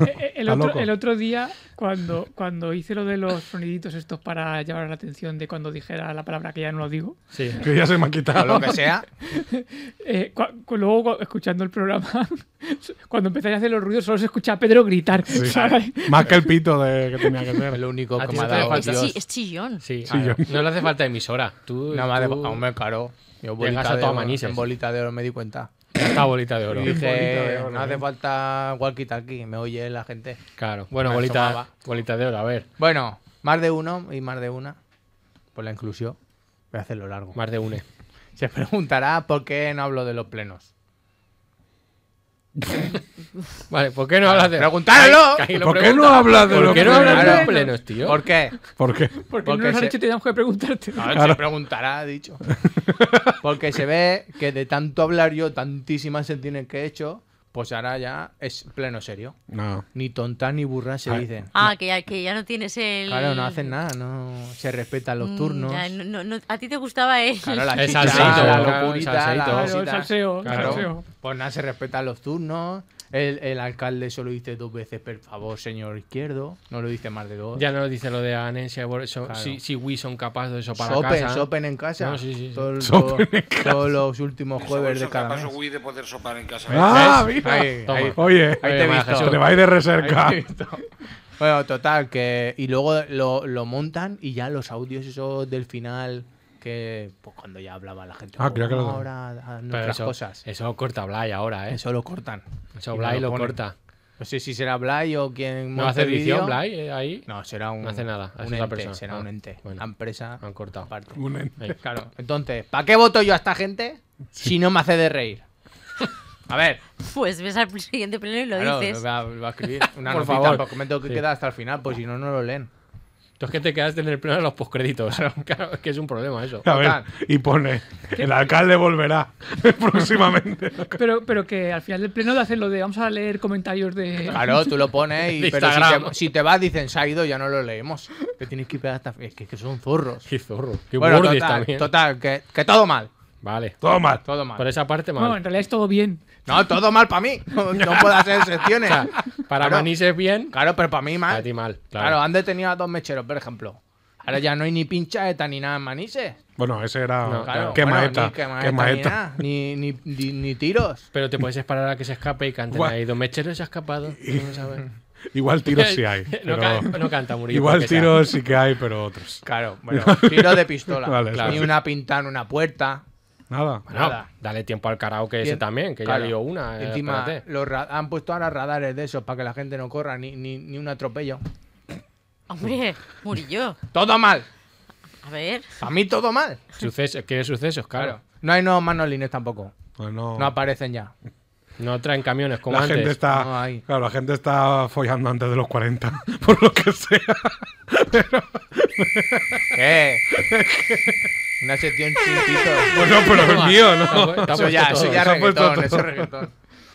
Eh, eh, El
Está
otro,
loco.
el otro día, cuando, cuando hice lo de los soniditos estos para llamar la atención de cuando dijera la palabra que ya no lo digo,
Sí.
Que ya se me ha
O lo
quitado.
que sea.
eh, cua- cu- luego cua- escuchando el programa, cuando empecé a hacer los ruidos solo se escucha a Pedro gritar. ¿sabes?
Más que el pito de, que tenía que
Es
ser.
lo único
A
que
ti
me ha
no te
dado
hace
Es,
falta-
Oh, Dios.
chi- es chillón.
Sí.
Sí, yo-
No le hace falta emisora. Tú,
No me ha de...
tú-
Aún me caro. Yo
Llegas
bolita
a
de
toda
oro,
manises.
en bolita de oro me di cuenta.
Ya está bolita de oro.
Y
bolita de
dije,
oro,
no hace
¿eh?
falta walkie-talkie, me oye la gente.
Claro. Bueno,
Me
bolita,
asomaba.
bolita de oro, a ver.
Bueno, más de uno y más de una por la inclusión. Voy a hacerlo largo.
Más de une.
Se preguntará por qué no hablo de los plenos.
Vale, ¿por qué no hablas de.?
¡Preguntáralo!
Que ahí lo
¿Por qué
pregunta.
no hablas de
¿Por
lo
qué
que
no hablas de los
Claro.
plenos, tío?
¿Por qué?
¿Por qué?
Porque,
Porque
no nos han
se- Ah,
dicho te damos que preguntarte.
No, se preguntará, ha dicho. Porque se ve que de tanto hablar yo, tantísimas se tienen que he hecho, pues ahora ya es pleno serio.
No.
Ni tonta ni burra se
Ay.
dicen.
Ah, que ya, que ya no tienes el.
Claro, no hacen nada, no se respetan los
Mm,
turnos.
ya, no- no- no- a ti te gustaba el.
Claro, la
El
chicha,
salseito,
la
claro,
locurita,
el salseito.
la
Claro, el
cosita.
salseo, el
Claro.
salseo.
Pues nada, se respetan los turnos. El, el alcalde solo dice dos veces, por favor, señor izquierdo. No lo dice más de dos.
Ya no nos dice lo de Anensia, por eso,
Claro.
si, si Wii son capaces de eso para
sopen,
casa.
sopen en casa.
No, sí, sí, sí.
Todo el- todo- todos los últimos jueves de cada mes.
de poder sopar en casa.
¡Ah,
¿Ves?
mira!
Ahí,
Toma.
ahí.
Oye,
Ahí te he
María
visto.
Jesús.
te vais de
Ahí te
recerca.
he visto. Bueno, total, que. Y luego lo, lo montan y ya los audios esos del final. Que pues cuando ya hablaba la gente. "Oh,
Ah, creo que lo-
ahora a
Pero
nuestras
eso,
cosas.
Eso corta Blay ahora, ¿eh? Eso,
Eso lo cortan. Y no
Blay lo,
ponen.
corta.
No sé si será Blay o quien
¿No
monte
hace
el vídeo.
edición Blay eh, ahí?
No, será un.
No hace nada, es
Un
otra
ente,
persona.
será
Ah,
un ente.
bueno.
Una empresa.
Han cortado.
aparte.
Un ente.
Venga.
Claro. Entonces, ¿para qué voto yo a esta gente si no me hace de reír? A ver,
Pues ves al siguiente pleno y lo
claro,
dices.
va, va a escribir una
Por
notita,
favor.
porque me tengo que
Sí.
quedar hasta el final, pues si no, no lo leen.
Tú es que te quedaste en el plano de los postcréditos. Claro, es que es un problema eso.
A ver,
Total.
y pone, el alcalde volverá próximamente.
Pero, pero que al final del pleno de hacer lo de vamos a leer comentarios de.
Claro, tú lo pones, y,
De
pero si
Instagram.
te, si te vas, dicen, se ha ido, ya no lo leemos. Te tienes que ir hasta... Es que, que son zorros.
Qué zorro. Qué
bueno,
burdes
total,
también.
total que, que todo mal.
Vale.
Todo mal.
Todo mal.
Por esa parte, mal.
Bueno, en realidad es todo bien.
No, todo mal para mí. No, no puedo hacer excepciones.
Para
claro,
Manises bien,
Claro, pero para mí
para
mal.
ti mal.
Claro.
Claro.
han detenido a dos mecheros, por ejemplo. Ahora ya no hay ni pinchaeta ni nada en manises.
Bueno, ese era...
No, claro.
Qué
Bueno,
maeta.
ni quemaeta
Qué
ni
maeta.
nada, Ni, ni, ni- ni tiros.
Pero te puedes esperar a que se escape y canten
Guau.
ahí. Don Mechero se ha escapado. Vamos a ver.
Igual tiros sí hay.
no,
pero-
ca- no canta Murillo.
Igual
porque sea.
tiros sí que hay, pero otros.
Claro, bueno, tiros de pistola.
Vale,
Claro. Ni
sí.
una pintada en una puerta.
Nada.
Bueno,
Nada.
dale tiempo al karaoke ese
Bien.
también, que
Claro.
ya lió una. eh,
Encima,
espérate.
los ra- han puesto ahora radares de esos para que la gente no corra, ni, ni, ni un atropello.
Hombre, Murillo.
Todo mal.
A ver.
Para mí todo mal.
Sucesos, ¿quieres sucesos? Claro.
No hay nuevos manolines tampoco.
Bueno,
No aparecen ya.
No traen camiones como
la
antes.
gente está...
No hay.
claro, la gente está follando antes de los 40, por lo que sea.
¿Qué? Una sección chiquitito.
Pues
Bueno, pero el mío, ¿no?
Está
Eso
puesto
ya,
todo.
eso ya es
se ha puesto
reggaetón,
todo.
eso es reggaetón.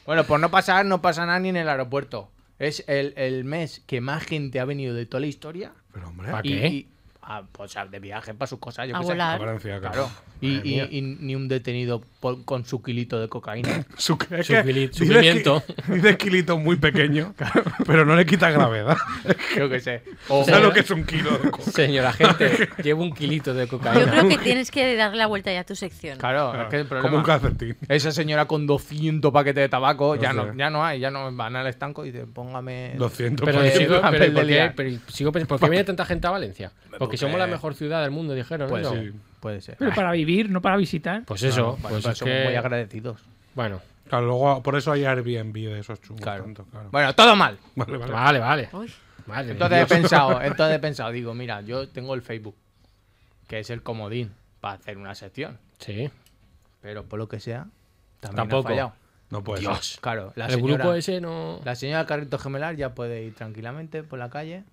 Bueno, por no pasar, no pasa nada ni en el aeropuerto. Es el, el mes que más gente ha venido de toda la historia.
Pero hombre,
Pa-
Y-
qué?
y- a- pues, a- de viaje para sus cosas. Yo
A
qué sé.
volar.
Valencia,
Claro. Y, y- y ni un detenido por- con su kilito de cocaína.
Su, es
Su
que
quili- su
dices
pimiento.
qui- dices kilito muy pequeño, pero no le quita gravedad.
Yo qué sé. O,
¿Sabes lo que es un kilo de coca?
Señora gente, llevo un kilito de
Yo
cocaína.
creo que tienes que darle la vuelta ya a tu sección.
Claro, es que el
Como un
problema.
calcetín.
Esa señora con 200 paquetes de tabaco, ya, no,
sé.
ya no hay, ya no van al estanco y dicen, póngame.
200
Pero,
por
Pues,
sigo,
sí,
pero, ¿y
papel
¿por
de
qué,
liar.
Pero y sigo pensando, ¿por qué viene tanta gente a Valencia? Porque,
Porque-
somos la mejor ciudad del mundo, dijeron.
Puede
¿no?
ser, puede ser.
Pero para vivir, no para visitar.
Pues eso,
Bueno,
pues
pero
es
somos
que-
muy agradecidos.
Bueno,
Claro, luego, por eso hay Airbnb de esos chungos.
Claro.
tanto, claro.
Bueno, todo mal.
Vale, vale.
vale, vale.
Uy,
Madre de
Entonces he
Dios.
pensado, entonces he pensado, digo, mira, yo tengo el Facebook, que es el comodín para hacer una sección,
Sí.
pero por lo que sea, también
Tampoco.
ha fallado.
No puede ser.
Dios.
Claro, la
Pues el
señora,
grupo ese no.
la señora Carrito Gemelar ya puede ir tranquilamente por la calle.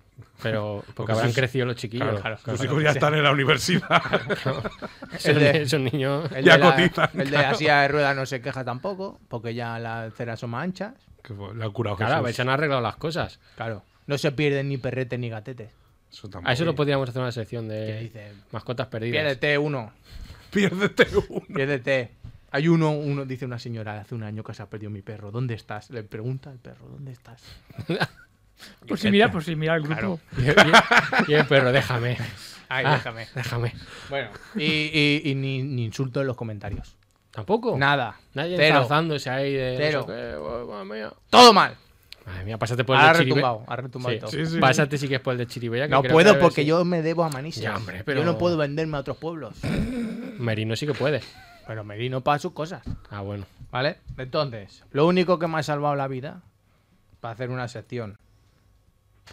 Pero porque
Porque
habrán
sus-
crecido los chiquillos.
Claro, Los hijos ya están en la universidad.
Esos,
El de-
ni- esos niños.
El
Ya
de la,
cotizan,
el de la silla de ruedas no se queja tampoco, porque ya las ceras son más anchas.
Que fue- la ha curado
Claro, a ver,
Jesús.
se han arreglado las cosas.
Claro, no se pierden ni perretes ni gatetes.
Eso tampoco.
A eso lo podríamos hacer una sección de
¿Qué dice?
mascotas perdidas.
Piérdete uno,
Piérdete uno.
piérdete. Hay uno, uno dice una señora hace un año que se ha perdido mi perro. ¿Dónde estás? Le pregunta al perro, ¿dónde estás?
Por si mira, por si mira el grupo.
Y el- y el- y el perro, déjame.
Ay,
Ah,
déjame.
Déjame.
Bueno. Y, y- y ni, ni insulto en los comentarios.
Tampoco.
Nada.
Nadie
Cero.
enzarzándose ahí de. no
Cero.
sé qué, oh, madre mía.
Todo mal.
Madre mía, pásate por el
Ha
de Chiribe-
retumbado. Ha retumbado
Sí.
todo.
Sí, sí, sí.
Pásate si quieres por el de Chiribella. que
No
creo
puedo
que-
porque
sí.
yo me debo a Manises.
Ya, hombre, pero-
Yo no puedo venderme a otros pueblos.
Merino sí que puede.
Pero Merino para sus cosas.
Ah, bueno.
¿Vale? Entonces, lo único que me ha salvado la vida para hacer una sección,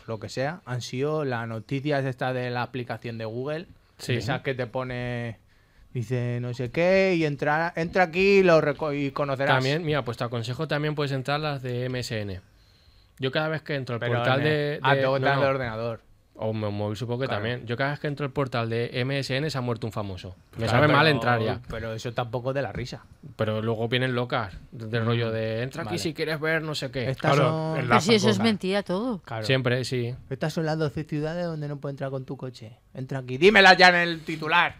lo que sea, han sido las noticias estas de la aplicación de Google.
Sí.
Esas que te pone. Dice no sé qué y entra, entra aquí y, lo reco- y conocerás.
También, mira, pues te aconsejo también puedes entrar las de MSN. Yo cada vez que entro al
Pero
portal
en
de.
el-
de-
ah, tengo que
no,
entrar
no.
en el ordenador.
O me móvil supongo que
Claro.
también. Yo cada vez que entro al portal de MSN se ha muerto un famoso. Me
Claro,
sabe
pero-
mal entrar ya.
Pero eso tampoco es de la risa.
Pero luego vienen locas del rollo de entra aquí
Mm. Vale.
si quieres ver no sé qué.
Estas,
Claro,
son,
en
Pero si eso es
Zancocas.
mentira todo.
claro.
Siempre, sí.
Estas son las 12 ciudades donde no puedes entrar con tu coche. Entra aquí. Dímela ya en el titular.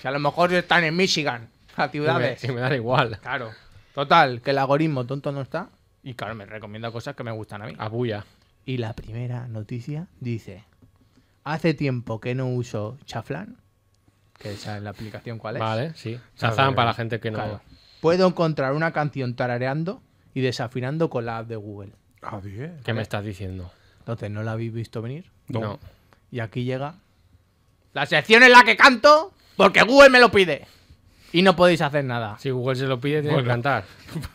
que a lo mejor están en Michigan, las
Y me,
ciudades.
y me da igual.
Claro. Total, que el algoritmo tonto no está. Y claro, me recomienda cosas que me gustan a mí.
Abuya.
Y la primera noticia dice: Hace tiempo que no uso Chaflan. Que esa es la aplicación, ¿cuál es?
Vale, sí. Shazam para la gente que no.
Claro. Puedo encontrar una canción tarareando y desafinando con la app de Google.
Ah, bien.
¿Qué me estás diciendo?
Entonces, ¿no la habéis visto venir?
No.
No.
Y aquí llega. La sección en la que canto porque Google me lo pide. Y no podéis hacer nada.
Si Google se lo pide, tiene que
Bueno.
cantar.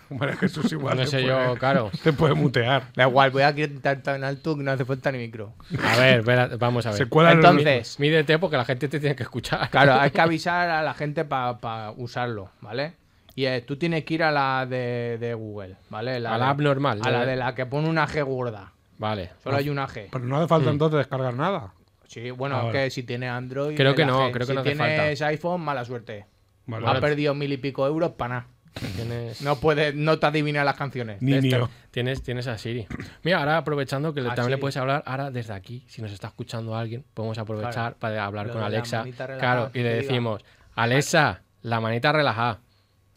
María Jesús igual.
No
te
sé
puede-
yo, claro.
Te puede mutear.
Da igual, voy a quitar tan alto que no hace falta ni micro.
A ver, ver, vamos a ver.
Se cuela en el-
Entonces-
Mídete porque la gente te tiene que escuchar.
Claro, hay que avisar a la gente para usarlo, ¿vale? Y eh, tú tienes que ir a la de, de Google, ¿vale?
A la
de-
app normal, ¿eh? Ah.
A
¿no?
la de la que pone una G gorda.
Vale.
Solo hay una G.
Pero no hace
Mm.
falta entonces descargar nada.
Sí, bueno,
Ahora.
que si tienes Android.
Ah, Creo
es
que
la
no,
G.
creo que
si
no hace
tienes iPhone, mala suerte.
Vale.
Has perdido mil y pico euros para nada.
Tienes,
No puedes, no te adivinas las canciones.
Niño.
tienes, tienes a Siri. Mira, ahora aprovechando que le-
A
también le
Siri.
puedes hablar, ahora desde aquí, si nos está escuchando alguien, podemos aprovechar
Claro.
para hablar
Lo
con
de la
Alexa.
manita relajada,
Claro, y
que
le
te diga.
decimos, Alexa, la manita relajada.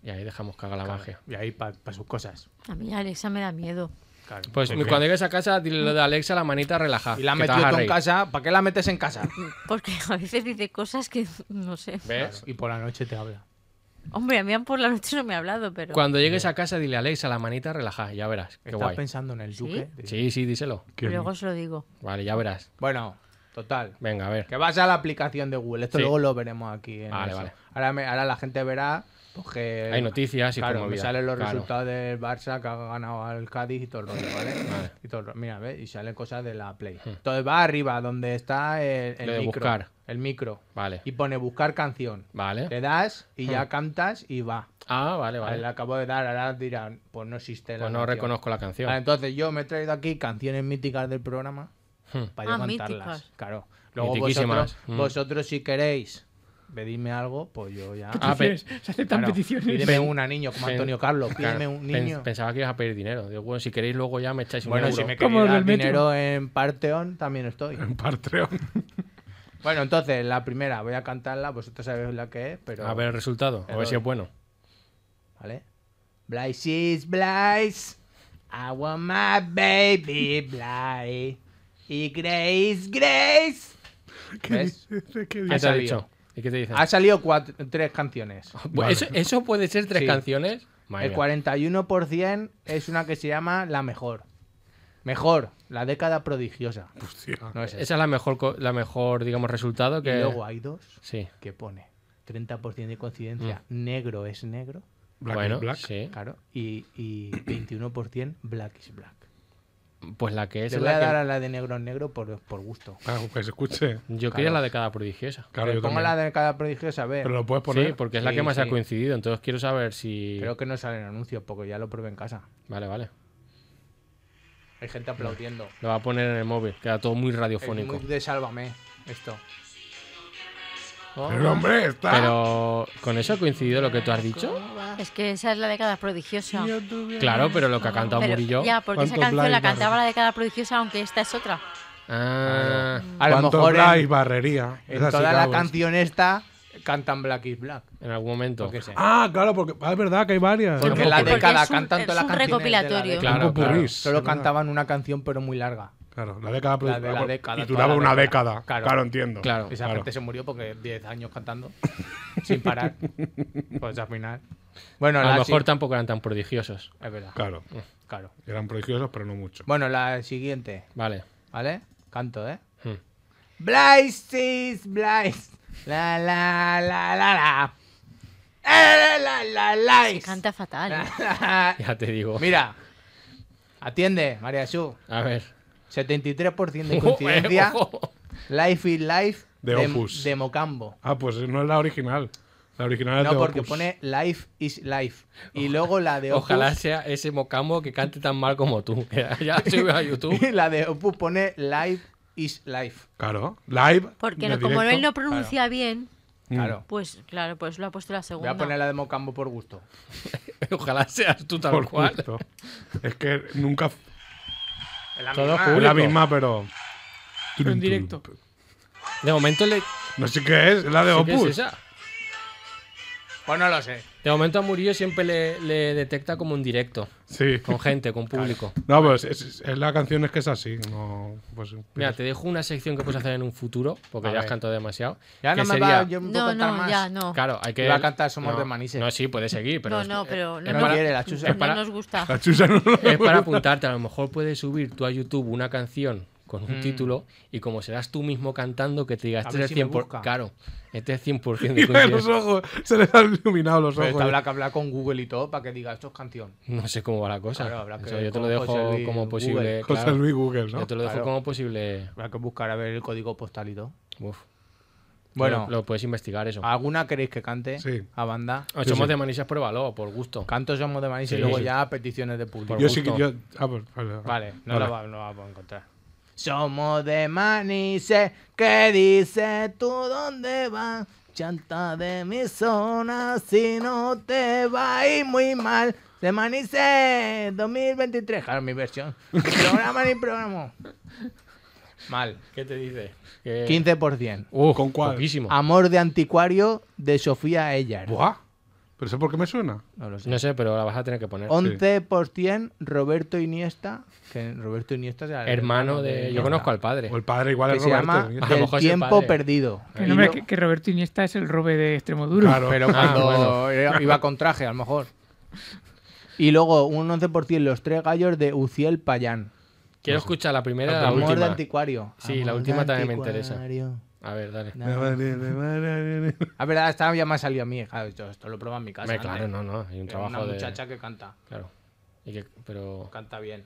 Y ahí dejamos que haga la magia.
Y ahí para sus cosas.
A mí Alexa me da miedo.
Claro.
Pues cuando llegues a casa, dile lo de Alexa, la manita relajada.
y la has
que te
metido
vas a
tú en
reír.
casa, ¿para qué la metes en casa?
Porque a veces dice cosas que no sé.
¿Ves?
y por la noche te habla.
Hombre, a mí por la noche no me ha hablado, pero.
Cuando llegues a casa, dile Alexa, la manita relajada. Ya verás. Qué
¿Estás
guay.
pensando en el eh, duque?
Sí, sí, díselo.
pero Luego os lo digo.
Vale, ya verás.
Bueno, total.
Venga, a ver.
Que vas a la aplicación de Google. Esto
Sí.
luego lo veremos aquí. en
Vale,
eso.
vale.
Ahora, me- ahora la gente verá pues, que-
Hay noticias y
claro,
como
me
vida.
salen los
Claro.
resultados del Barça que ha ganado al Cádiz y todo el rollo, ¿vale? Y todo el rollo. Mira, ¿ves? Y salen cosas de la Play. Entonces va arriba donde está el, el
Hmm. Lo de
micro.
buscar.
El micro.
Vale.
Y pone buscar canción.
Vale. Hmm.
Le das y ya cantas y va.
Ah, vale,
Vale,
vale.
le acabo de dar, ahora dirán, pues no existe la
Pues no
canción.
reconozco la canción.
Vale, entonces yo me he traído aquí canciones míticas del programa
Hmm.
para yo
Ah,
cantarlas.
míticas.
Claro. Luego
Mitiquísimas.
vosotros,
Mm.
vosotros si queréis pedirme algo, pues yo ya.
Ah, pe-
Peticiones. Se aceptan
Claro,
peticiones.
Pídeme una niño, como
pen-
Antonio Carlos. Pídeme
Claro,
un
pen-
niño.
Pensaba que ibas a pedir dinero. Digo, bueno, si queréis luego ya me echáis un
bueno,
euro.
si me
Como
queréis
del
dar
metro.
dinero en Parteón, también estoy.
En Patreon.
Bueno, entonces, la primera, voy a cantarla, vosotros sabéis la que es, pero.
A ver el resultado, a ver si es bueno.
¿Vale? Blaze is Blaze. I want my baby Blaze. Y Grace, Grace. ¿Ves? Ah.
¿Qué te ha
salido.
dicho? ¿Y qué te dice?
Ha salido cuatro- tres canciones.
Bueno, ¿Eso, eso puede ser tres
Sí.
canciones? Madre
El
mía.
41% es una que se llama La Mejor. Mejor, la década prodigiosa.
Hostia.
No es
Esa
esa.
es la mejor, co- la mejor digamos, resultado que...
Y luego hay dos
Sí.
que pone 30% de coincidencia, negro es negro,
Black
bueno,
is Black.
sí.
claro, y, y 21% black is black.
Pues la que es...
Le
es
voy
la
a
que-
dar a la de negro es negro por, por gusto.
Ah, que se escuche.
Yo quería la década prodigiosa.
Claro,
Le
yo
pongo
también.
la década prodigiosa, a ver.
Pero lo puedes
Sí,
poner.
porque es la
Sí,
que más ha
sí.
coincidido. Entonces quiero saber si...
Creo que no salen anuncios porque ya lo probé en casa.
Vale, vale.
Hay gente aplaudiendo.
Lo va a poner en el móvil. Queda todo muy
Es
radiofónico.
muy de sálvame esto.
Pero hombre, está.
Pero con eso ha coincidido lo que tú has dicho.
Es que esa es la década prodigiosa.
Claro, pero lo que ha cantado
Pero-
Murillo.
ya, porque esa
¿Cuántos
canción la
Blackbirds?
cantaba la década prodigiosa, aunque esta es otra.
Ah,
A lo
¿Cuánto
mejor en-
Black barrería?
en,
Es así,
toda la
claro.
canción esta cantan black is black.
en algún momento.
Yo qué sé.
Ah, claro, porque ah, es verdad que hay varias.
Porque
un
la
popurrí.
década
es un-
cantan
es
todas las
un
canciones. de la
recopilatorio.
década.
Claro,
Un popurrí,
claro.
sí,
Solo
es verdad.
cantaban una canción pero muy larga.
Claro, la década
La de la
por-
década,
Y
toda
duraba
la
una
década.
década.
Claro.
Claro, entiendo.
Claro.
Esa gente se murió porque 10 años cantando sin parar. Pues al final. Bueno,
a
la
lo mejor
si-
tampoco eran tan prodigiosos.
es verdad.
Claro.
Claro.
Eran prodigiosos, pero no mucho.
Bueno, la siguiente,
Vale.
¿vale? Canto, ¿eh?
Hmm.
Blaze is Blaze. La la la la la. Eh, La la la lies.
Canta fatal. ¿eh?
Ah. La-
Ya te digo.
Mira. Atiende, María Jesús.
A ver.
73% de coincidencia.
Ojo.
Life is Life
De
de,
Opus.
de Mocambo.
Ah, pues no es la original. La
Ah,
original es
No,
de
porque
Opus.
pone Life is Life. Y luego la de Opus.
Ojalá sea ese mocambo que cante tan mal como tú. Que ya sube a YouTube.
y la de Opus pone Life is Life.
Claro. Live.
Porque
en
no- como él
directo.
no pronuncia bien,
Mm.
Claro.
pues claro, pues lo ha puesto la
Voy
segunda.
a poner la de Mocambo por gusto.
Ojalá seas tú tal
Por
cual.
justo. Es que nunca fue
Todo
la
público.
misma, pero.
Pero en directo.
De momento le.
No sé qué es, es la de
¿Sí que es
Opus.
esa?
Pues no lo sé.
De momento a Murillo siempre le, le detecta como un directo.
Sí.
Con gente, con público.
No, pues es, es- es la canción es que es así. No, pues,
Mira, te dejo una sección que puedes hacer en un futuro, porque
A
ya has
ver.
cantado demasiado.
Ya
que
no me
sería-
va, yo me puedo
No,
cantar
no,
más.
ya no.
Claro, hay que.
Iba a cantar Somos
no,
de Manises.
No, sí, puede seguir, pero.
no,
es-
no, pero no,
es
No
para-
quiere la chusa.
no
para-
nos gusta.
La chusa no lo-
Es para apuntarte. A lo mejor puedes subir tú a YouTube una canción con un título y como serás tú mismo cantando, que te diga,
Mm. A
este
ver
es
si
el
me
100%. por-
busca.
Claro, este es 100% de
Mira los
coincidencia.
ojos. Se les han iluminado los
Pues
Pero
ojos.
está habla que habla con Google y todo para que diga esto es canción.
No sé cómo va la cosa.
Claro, habrá que
Eso
ver
yo te lo
con José
dejo
Luis
como
Google.
posible.
José
claro.
Luis Google, ¿no?
Yo te lo dejo
Claro.
como posible.
Habrá que buscar a ver el código postal y todo.
Uf.
Bueno, Ah,
Lo, lo puedes investigar eso.
¿alguna queréis que cante?
Sí.
A banda.
O Somos de Manises, pruébalo, por gusto.
Canto Somos de Maíz
Sí.
y luego ya peticiones de público.
Por
Yo sí
gusto.
que. Yo, ah, pues, vale. vale.
Vale, no
Vale.
la va, no la vamos a encontrar. Somos de Manises, ¿qué dices tú dónde vas? Chanta de mi zona, si no te va a ir muy mal. De Manises 2023, claro, mi versión. Ni programa ni programa. Mal.
¿Qué te dice? Que-
15%.
Uf,
¿Con cuál?
Poquísimo.
Amor de anticuario de Sofía Ellar.
Buah. ¿Pero eso por qué me suena?
No lo sé.
No sé, pero la vas a tener que poner.
11% Roberto Iniesta. Que Roberto Iniesta es el
Hermano de. Yo
Iniesta.
conozco al padre.
O el padre igual
que
es
se
Roberto.
llama
¿no?
A lo
Del
mejor es el
tiempo
padre.
perdido.
Que,
Y
no, hombre,
lo-
que, que Roberto Iniesta es el robe de Extremoduro.
Claro.
Pero
Ah,
cuando
bueno.
era- eh, iba con traje, a lo mejor. Y luego un 11% los tres gallos de Uciel Payán.
Quiero escuchar la primera y la
Amor de
última.
anticuario.
Sí, la
Amor
última
de
también me interesa.
anticuario.
A ver, dale.
Ah, verdad, esta ya me ha salido a mí. Claro, yo esto lo prueba en mi casa.
Hombre,
antes.
claro, no, no. Hay un
Que
trabajo
Una
de.
muchacha que canta.
Claro. Y que- pero.
Canta bien.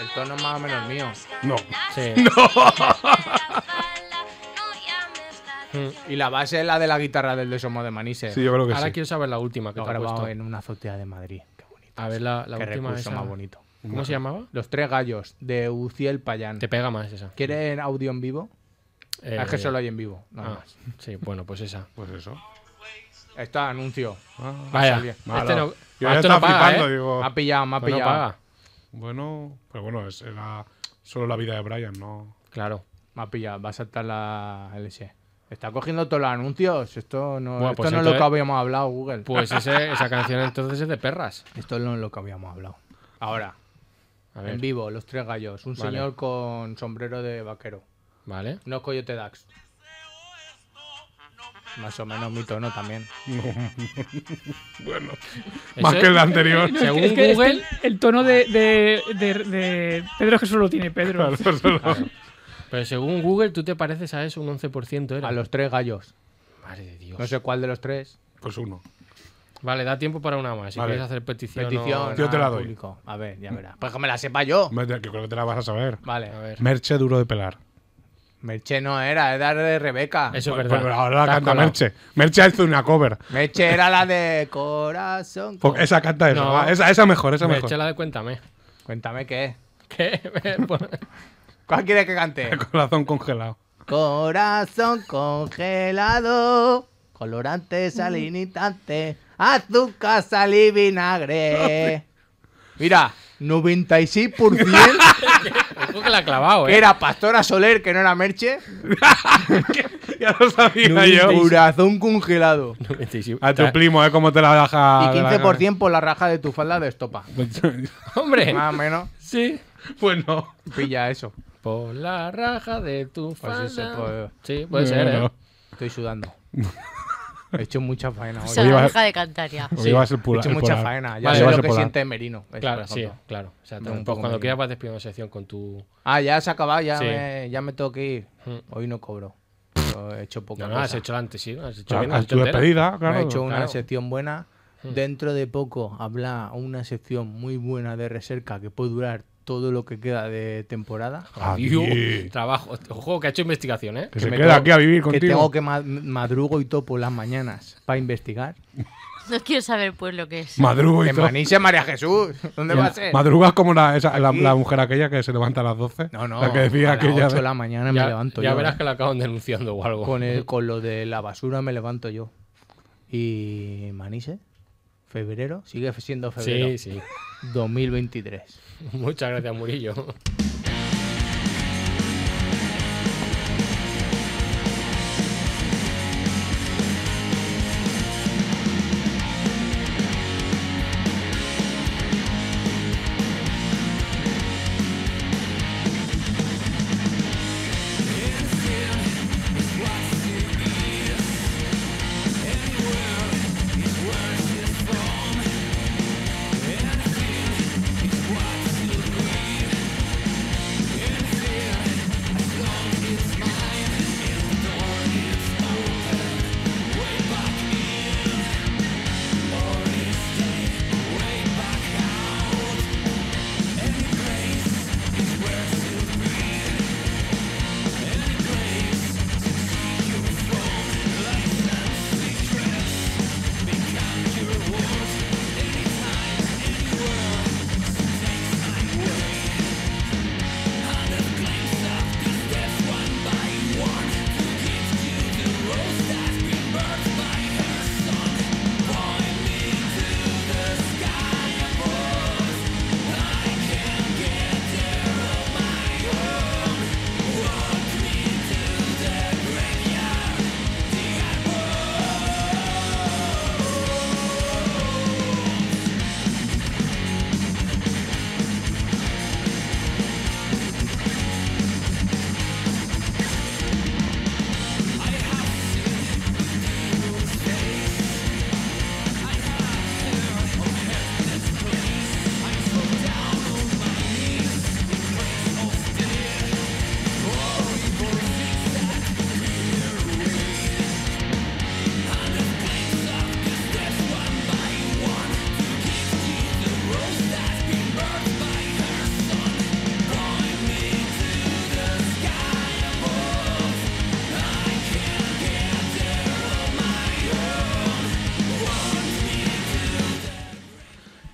El tono es más o menos mío.
No.
Ah.
Sí.
Y la base es la de la guitarra del de Somos de Manises.
Sí, yo creo que
Ahora
sí.
quiero saber la última que
Lo
te ha
grabado
puesto.
en una azotea de Madrid. Qué bonito.
A ver, la, la
Qué
última.
recurso
esa.
más bonito.
¿Cómo se llamaba?
Los tres gallos de Uciel Payán.
Te pega más esa.
¿Quieren audio en vivo? Ah,
Eh,
Es que solo hay en vivo. nada
ah,
más.
sí, bueno, pues esa.
Pues eso.
Esto es anuncio.
Vaya.
bien.
Este no. ah,
Yo ya
esto
estaba
no paga,
flipando,
¿eh?
digo.
Me ha pillado, me ha
Esto no
pillado.
paga.
Bueno, pero bueno, es, era solo la vida de Brian, no.
Claro.
Me ha pillado, va a saltar la LS. Está cogiendo todos los anuncios. Esto no,
Bueno,
esto
pues
no es lo
entonces-
que habíamos hablado, Google.
Pues ese- esa canción entonces es de perras.
Esto no es lo que habíamos hablado. Ahora,
A
en
ver,
vivo, los tres gallos. Un
Vale.
señor con sombrero de vaquero.
¿vale?
No es Coyote Dax. Más o menos mi tono también.
Bueno,
¿Ese?
más que el anterior.
No, es que-
Según
es que- es que
Google-
el, el tono de, de- de- de Pedro Jesús lo tiene Pedro.
Claro, solo-
Pero según Google, tú te pareces a eso un 11% era.
A los tres gallos.
Madre de Dios.
No sé cuál de los tres.
Pues uno.
Vale, da tiempo para una más. Si
Vale.
quieres hacer petición. o-
Petición.
yo te
al
la doy.
público. A ver, ya verás. Pues que me la sepa yo.
Me- que creo que te la vas a saber.
Vale.
A ver.
Merche duro de pelar.
Merche no era, era de Rebeca.
Eso es
Pues-
verdad.
pues ahora
Te
la
has
canta
colado.
Merche. Merche hace una cover.
Merche era la de corazón.
Porque esa canta esa.
No.
va, Esa, esa mejor, esa
Me
mejor.
eché la de cuéntame.
Cuéntame qué es.
¿Qué? Pues-
¿Cuál quiere que cante?
El corazón congelado.
Corazón congelado, colorante salinitante, azúcar, sal y vinagre. Mira, 96%
Ojo que la ha clavado,
que
¿eh?
era Pastora Soler, que no era Merche.
ya lo sabía yo.
Corazón congelado.
97.
A tu primo, ¿eh? Cómo te la
Y
baja. de la
15% por la raja de tu falda de estopa.
gana.
Hombre.
Más o menos,
Sí.
pues no.
pilla eso.
Por la raja de tu falda.
Pues eso, pues-
Sí, puede ser, ¿eh?
No,
Estoy sudando. He hecho mucha faena hoy.
O
He
sea,
Oye, va-
deja de cantar ya.
no.
Sí.
Ibas el
hecho
polar- el
mucha
polar.
faena. Ya
Vale,
sé
Ibas
lo
el
que
polar.
siente Merino. es,
Claro,
por
sí,
ejemplo.
claro. O sea,
Un
pues
poco
cuando
medio.
quieras vas despidiendo sección con tu.
Ah, ya se ha acabado, ya,
Sí.
me, ya me tengo que ir.
Mm.
Hoy no cobro. He hecho poca
No, no,
cosa.
has hecho antes, sí. Has hecho bien,
Claro,
has
haz
hecho
tu
entera.
despedida,
Me
claro. Mm.
ha hecho una
claro.
sección buena. Dentro de poco habrá una sección muy buena de recerca que puede durar todo lo que queda de temporada.
Adiós.
Adiós.
Trabajo. Ojo, que ha hecho investigación, ¿eh?
Ah, Que se
me
queda
tengo-
aquí a vivir
Que
contigo.
tengo que ma- madrugo y todo por las mañanas para investigar.
No quiero saber pues lo que es.
Madrugo y
En
todo.
Manises, María Jesús. ¿Dónde va a ser?
Madrugas como la, esa- la, la mujer aquella que se levanta a las 12.
No, no.
La que decía
a las
aquella.
8
de-
de la mañana
ya
me levanto
ya
yo.
verás
¿eh?
que la acaban denunciando o algo.
con, el, con lo de la basura me levanto yo. Y Manise, febrero, sigue siendo febrero.
Sí, sí.
2023.
Muchas gracias, Murillo.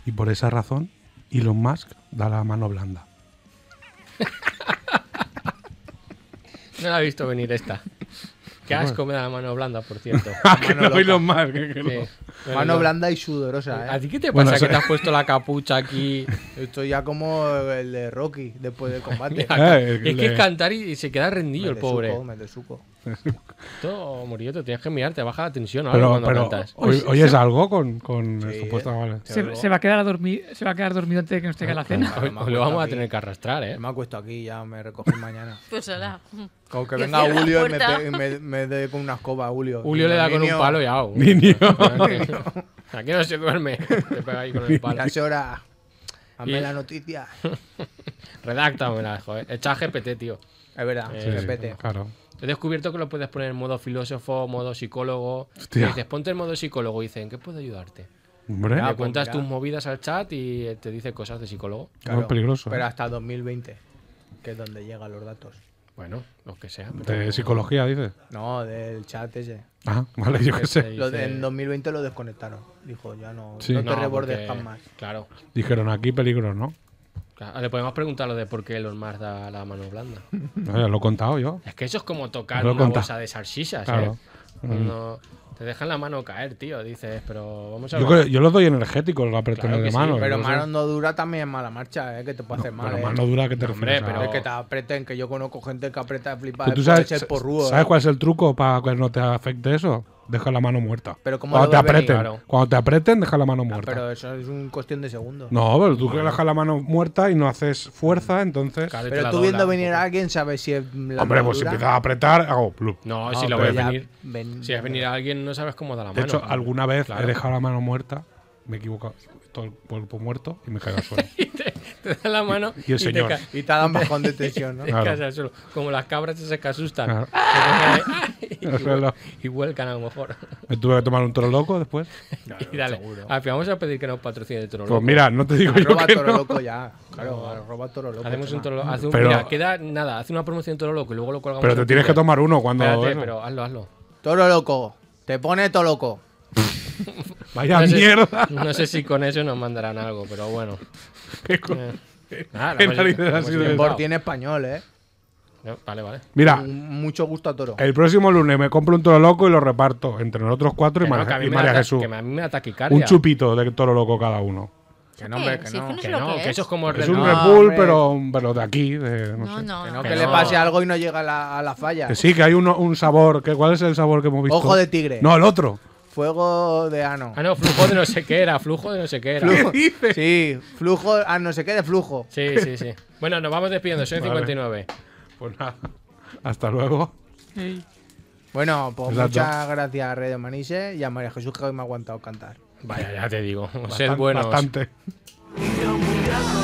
Y por esa razón, Elon Musk da la mano blanda.
No la he visto venir esta. Qué asco me da la mano blanda, por cierto.
Ah, que no, Elon Musk. que- que no.
Sí.
Mano
no.
blanda y sudorosa,
¿A
¿eh?
ti qué te pasa
Bueno,
que
eso-
te has puesto la capucha aquí?
Estoy ya como el de Rocky después del combate.
Ah, el-
es que
le-
es cantar y, y se queda rendido el
Mendezuko,
pobre.
Mendezuko.
Esto, Murillo, te tienes que mirar, te baja la tensión ahora
Pero,
cuando
pero
cantas.
¿oy-
Oye,
¿oyes algo con, con
Sí,
esta puesta? Vale.
Se, se va a quedar a dormir, se va a quedar dormido antes de que nos llegue la cena.
Claro,
Hoy-
me
hoy
acuerdo
lo vamos a
aquí.
tener que arrastrar, ¿eh?
Yo me acuesto aquí, ya me recogí mañana.
Pues ahora.
Como que
Que
venga
cierre la
Julio y me,
puerta.
pe- y me, me dé con una escoba a Julio.
Julio le da con un
Niño,
palo y au.
Niño.
Aquí no se duerme. Te pega ahí con el palo.
Las horas. Hazme
Y-
la noticia.
Redáctamela, joder. Echa GPT, tío.
Es verdad,
Sí,
Sí,
repete.
claro.
He descubierto que lo puedes poner en modo filósofo, modo psicólogo.
Hostia.
Y dices, ponte en modo psicólogo. Y dicen, ¿qué puedo ayudarte?
Hombre,
Le
pues
cuentas
mira.
tus movidas al chat y eh, te dice cosas de psicólogo.
no es peligroso.
Pero
¿eh?
hasta 2020, que es donde llegan los datos.
Bueno, lo que sea. pero-
De psicología, dices.
No, del chat ese.
Ah, vale, yo qué sé.
Dice-
Lo de- en 2020 lo desconectaron. Dijo, ya no,
Sí.
no te
No,
rebordes
porque-
tan más.
Claro.
Dijeron aquí peligro, ¿no?
Claro, Le podemos preguntar lo de por qué Elon Musk da la mano blanda.
No, ya lo he contado yo.
Es que eso es como tocar
Lo he
una
contado.
bolsa de salchichas,
Claro. Mm.
¿eh? Cuando te dejan la mano caer, tío, dices, pero vamos a
Yo,
ver.
creo- yo los doy energéticos, los apretones
Claro que
de
sí,
mano.
Pero
no sé.
mano no dura también es mala marcha, ¿eh? que te puede hacer mal.
Pero
¿eh?
mano dura que te
No,
refieres.
hombre,
a-
Pero
pero-
que te apreten, que yo conozco gente que aprieta de flipar.
Pero tú
después de
sabes,
ser porrúo,
¿sabes
¿eh?
cuál es el truco para que no te afecte eso? Deja la mano muerta.
Pero ¿cómo
cuando
lo
te
ves venir?
apreten,
Claro.
cuando te apreten, deja la mano muerta.
Ah, Pero eso es un cuestión de segundos.
No, pero tú que dejas la mano muerta y no haces fuerza, entonces.
Claro, y te
Pero
la
tú
dobla
viendo
un
venir
poco.
a alguien, sabes si es la
Hombre,
mano
pues si
dura?
empiezas a apretar, hago plup.
No,
No,
si lo
pero
ves
ya
venir.
ven-
Si ves venir a alguien, no sabes cómo da la
De
mano.
hecho, alguna vez
Claro.
he dejado la mano muerta, me he equivocado, todo el cuerpo muerto y me caigo al suelo.
te, te dan la mano
Y el
te
señor.
ca-
Y te dan bajón de tensión, ¿no?
te
Claro.
caes al suelo. Como las cabras esas que asustan.
Claro.
Se cogen ahí, y,
Al suelo.
vuel- y vuelcan a lo mejor.
me tuve que tomar un toro loco después.
y dale. Al final vamos a pedir que nos patrocine el toro
Pues
Loco.
mira, no te digo yo
Arroba
que
toro
no.
loco ya. Claro, roba toro loco.
Hacemos un
chaval.
toro Loco- hace un-
Pero-
mira, queda nada. Hace una promoción de toro loco y luego lo colgamos.
Pero te
en
tienes que
Twitter.
tomar eh. uno cuando.
Espérate,
eso.
pero hazlo, hazlo.
Toro loco. Te pone toro loco.
Vaya
No sé-
mierda.
No sé si con eso nos mandarán algo, pero bueno.
Qué co-
Eh, nada,
qué
lo hemos-
narices
lo
ha
hemos
sido eso.
inventado.
Por tiene español, ¿eh?
No, Vale, vale.
Mira,
Un- Mucho gusto a toro.
el próximo lunes me compro un toro loco y lo reparto entre nosotros cuatro y,
Que no,
Mar-
que a mí
y
me
María
da ta-
Jesús.
Que a mí me da taquicardia.
Un chupito de toro loco cada uno.
Que no, hombre,
¿Qué?
que
Si es
no.
que
Que
lo
no,
que
que
es.
eso es como
Es
Red
un
Bull.
re-
Red Bull,
hombre.
pero, pero de aquí. de- no
No,
sé.
no,
Que
no.
no,
Que
que
le
no.
pase algo y no llega a la, a la falla.
Que sí, que hay uno- un sabor. Que, ¿Cuál es el sabor que hemos visto?
Ojo de tigre.
No, el otro.
Fuego de ano.
Ah, no, flujo de no sé qué era, flujo de no sé qué era.
Flujo-
Pues
Sí, flujo. Ah, no sé qué de flujo.
Sí, sí, sí. Bueno, nos vamos despidiendo, soy el
Vale.
59.
Pues nada. Hasta luego.
Ey.
Bueno, pues
Exacto.
muchas gracias a Radio Maniche y a María Jesús que hoy me ha aguantado cantar.
Vaya, ya te digo.
Bastan-
Sed buenos.
Bastante.
Muy grande,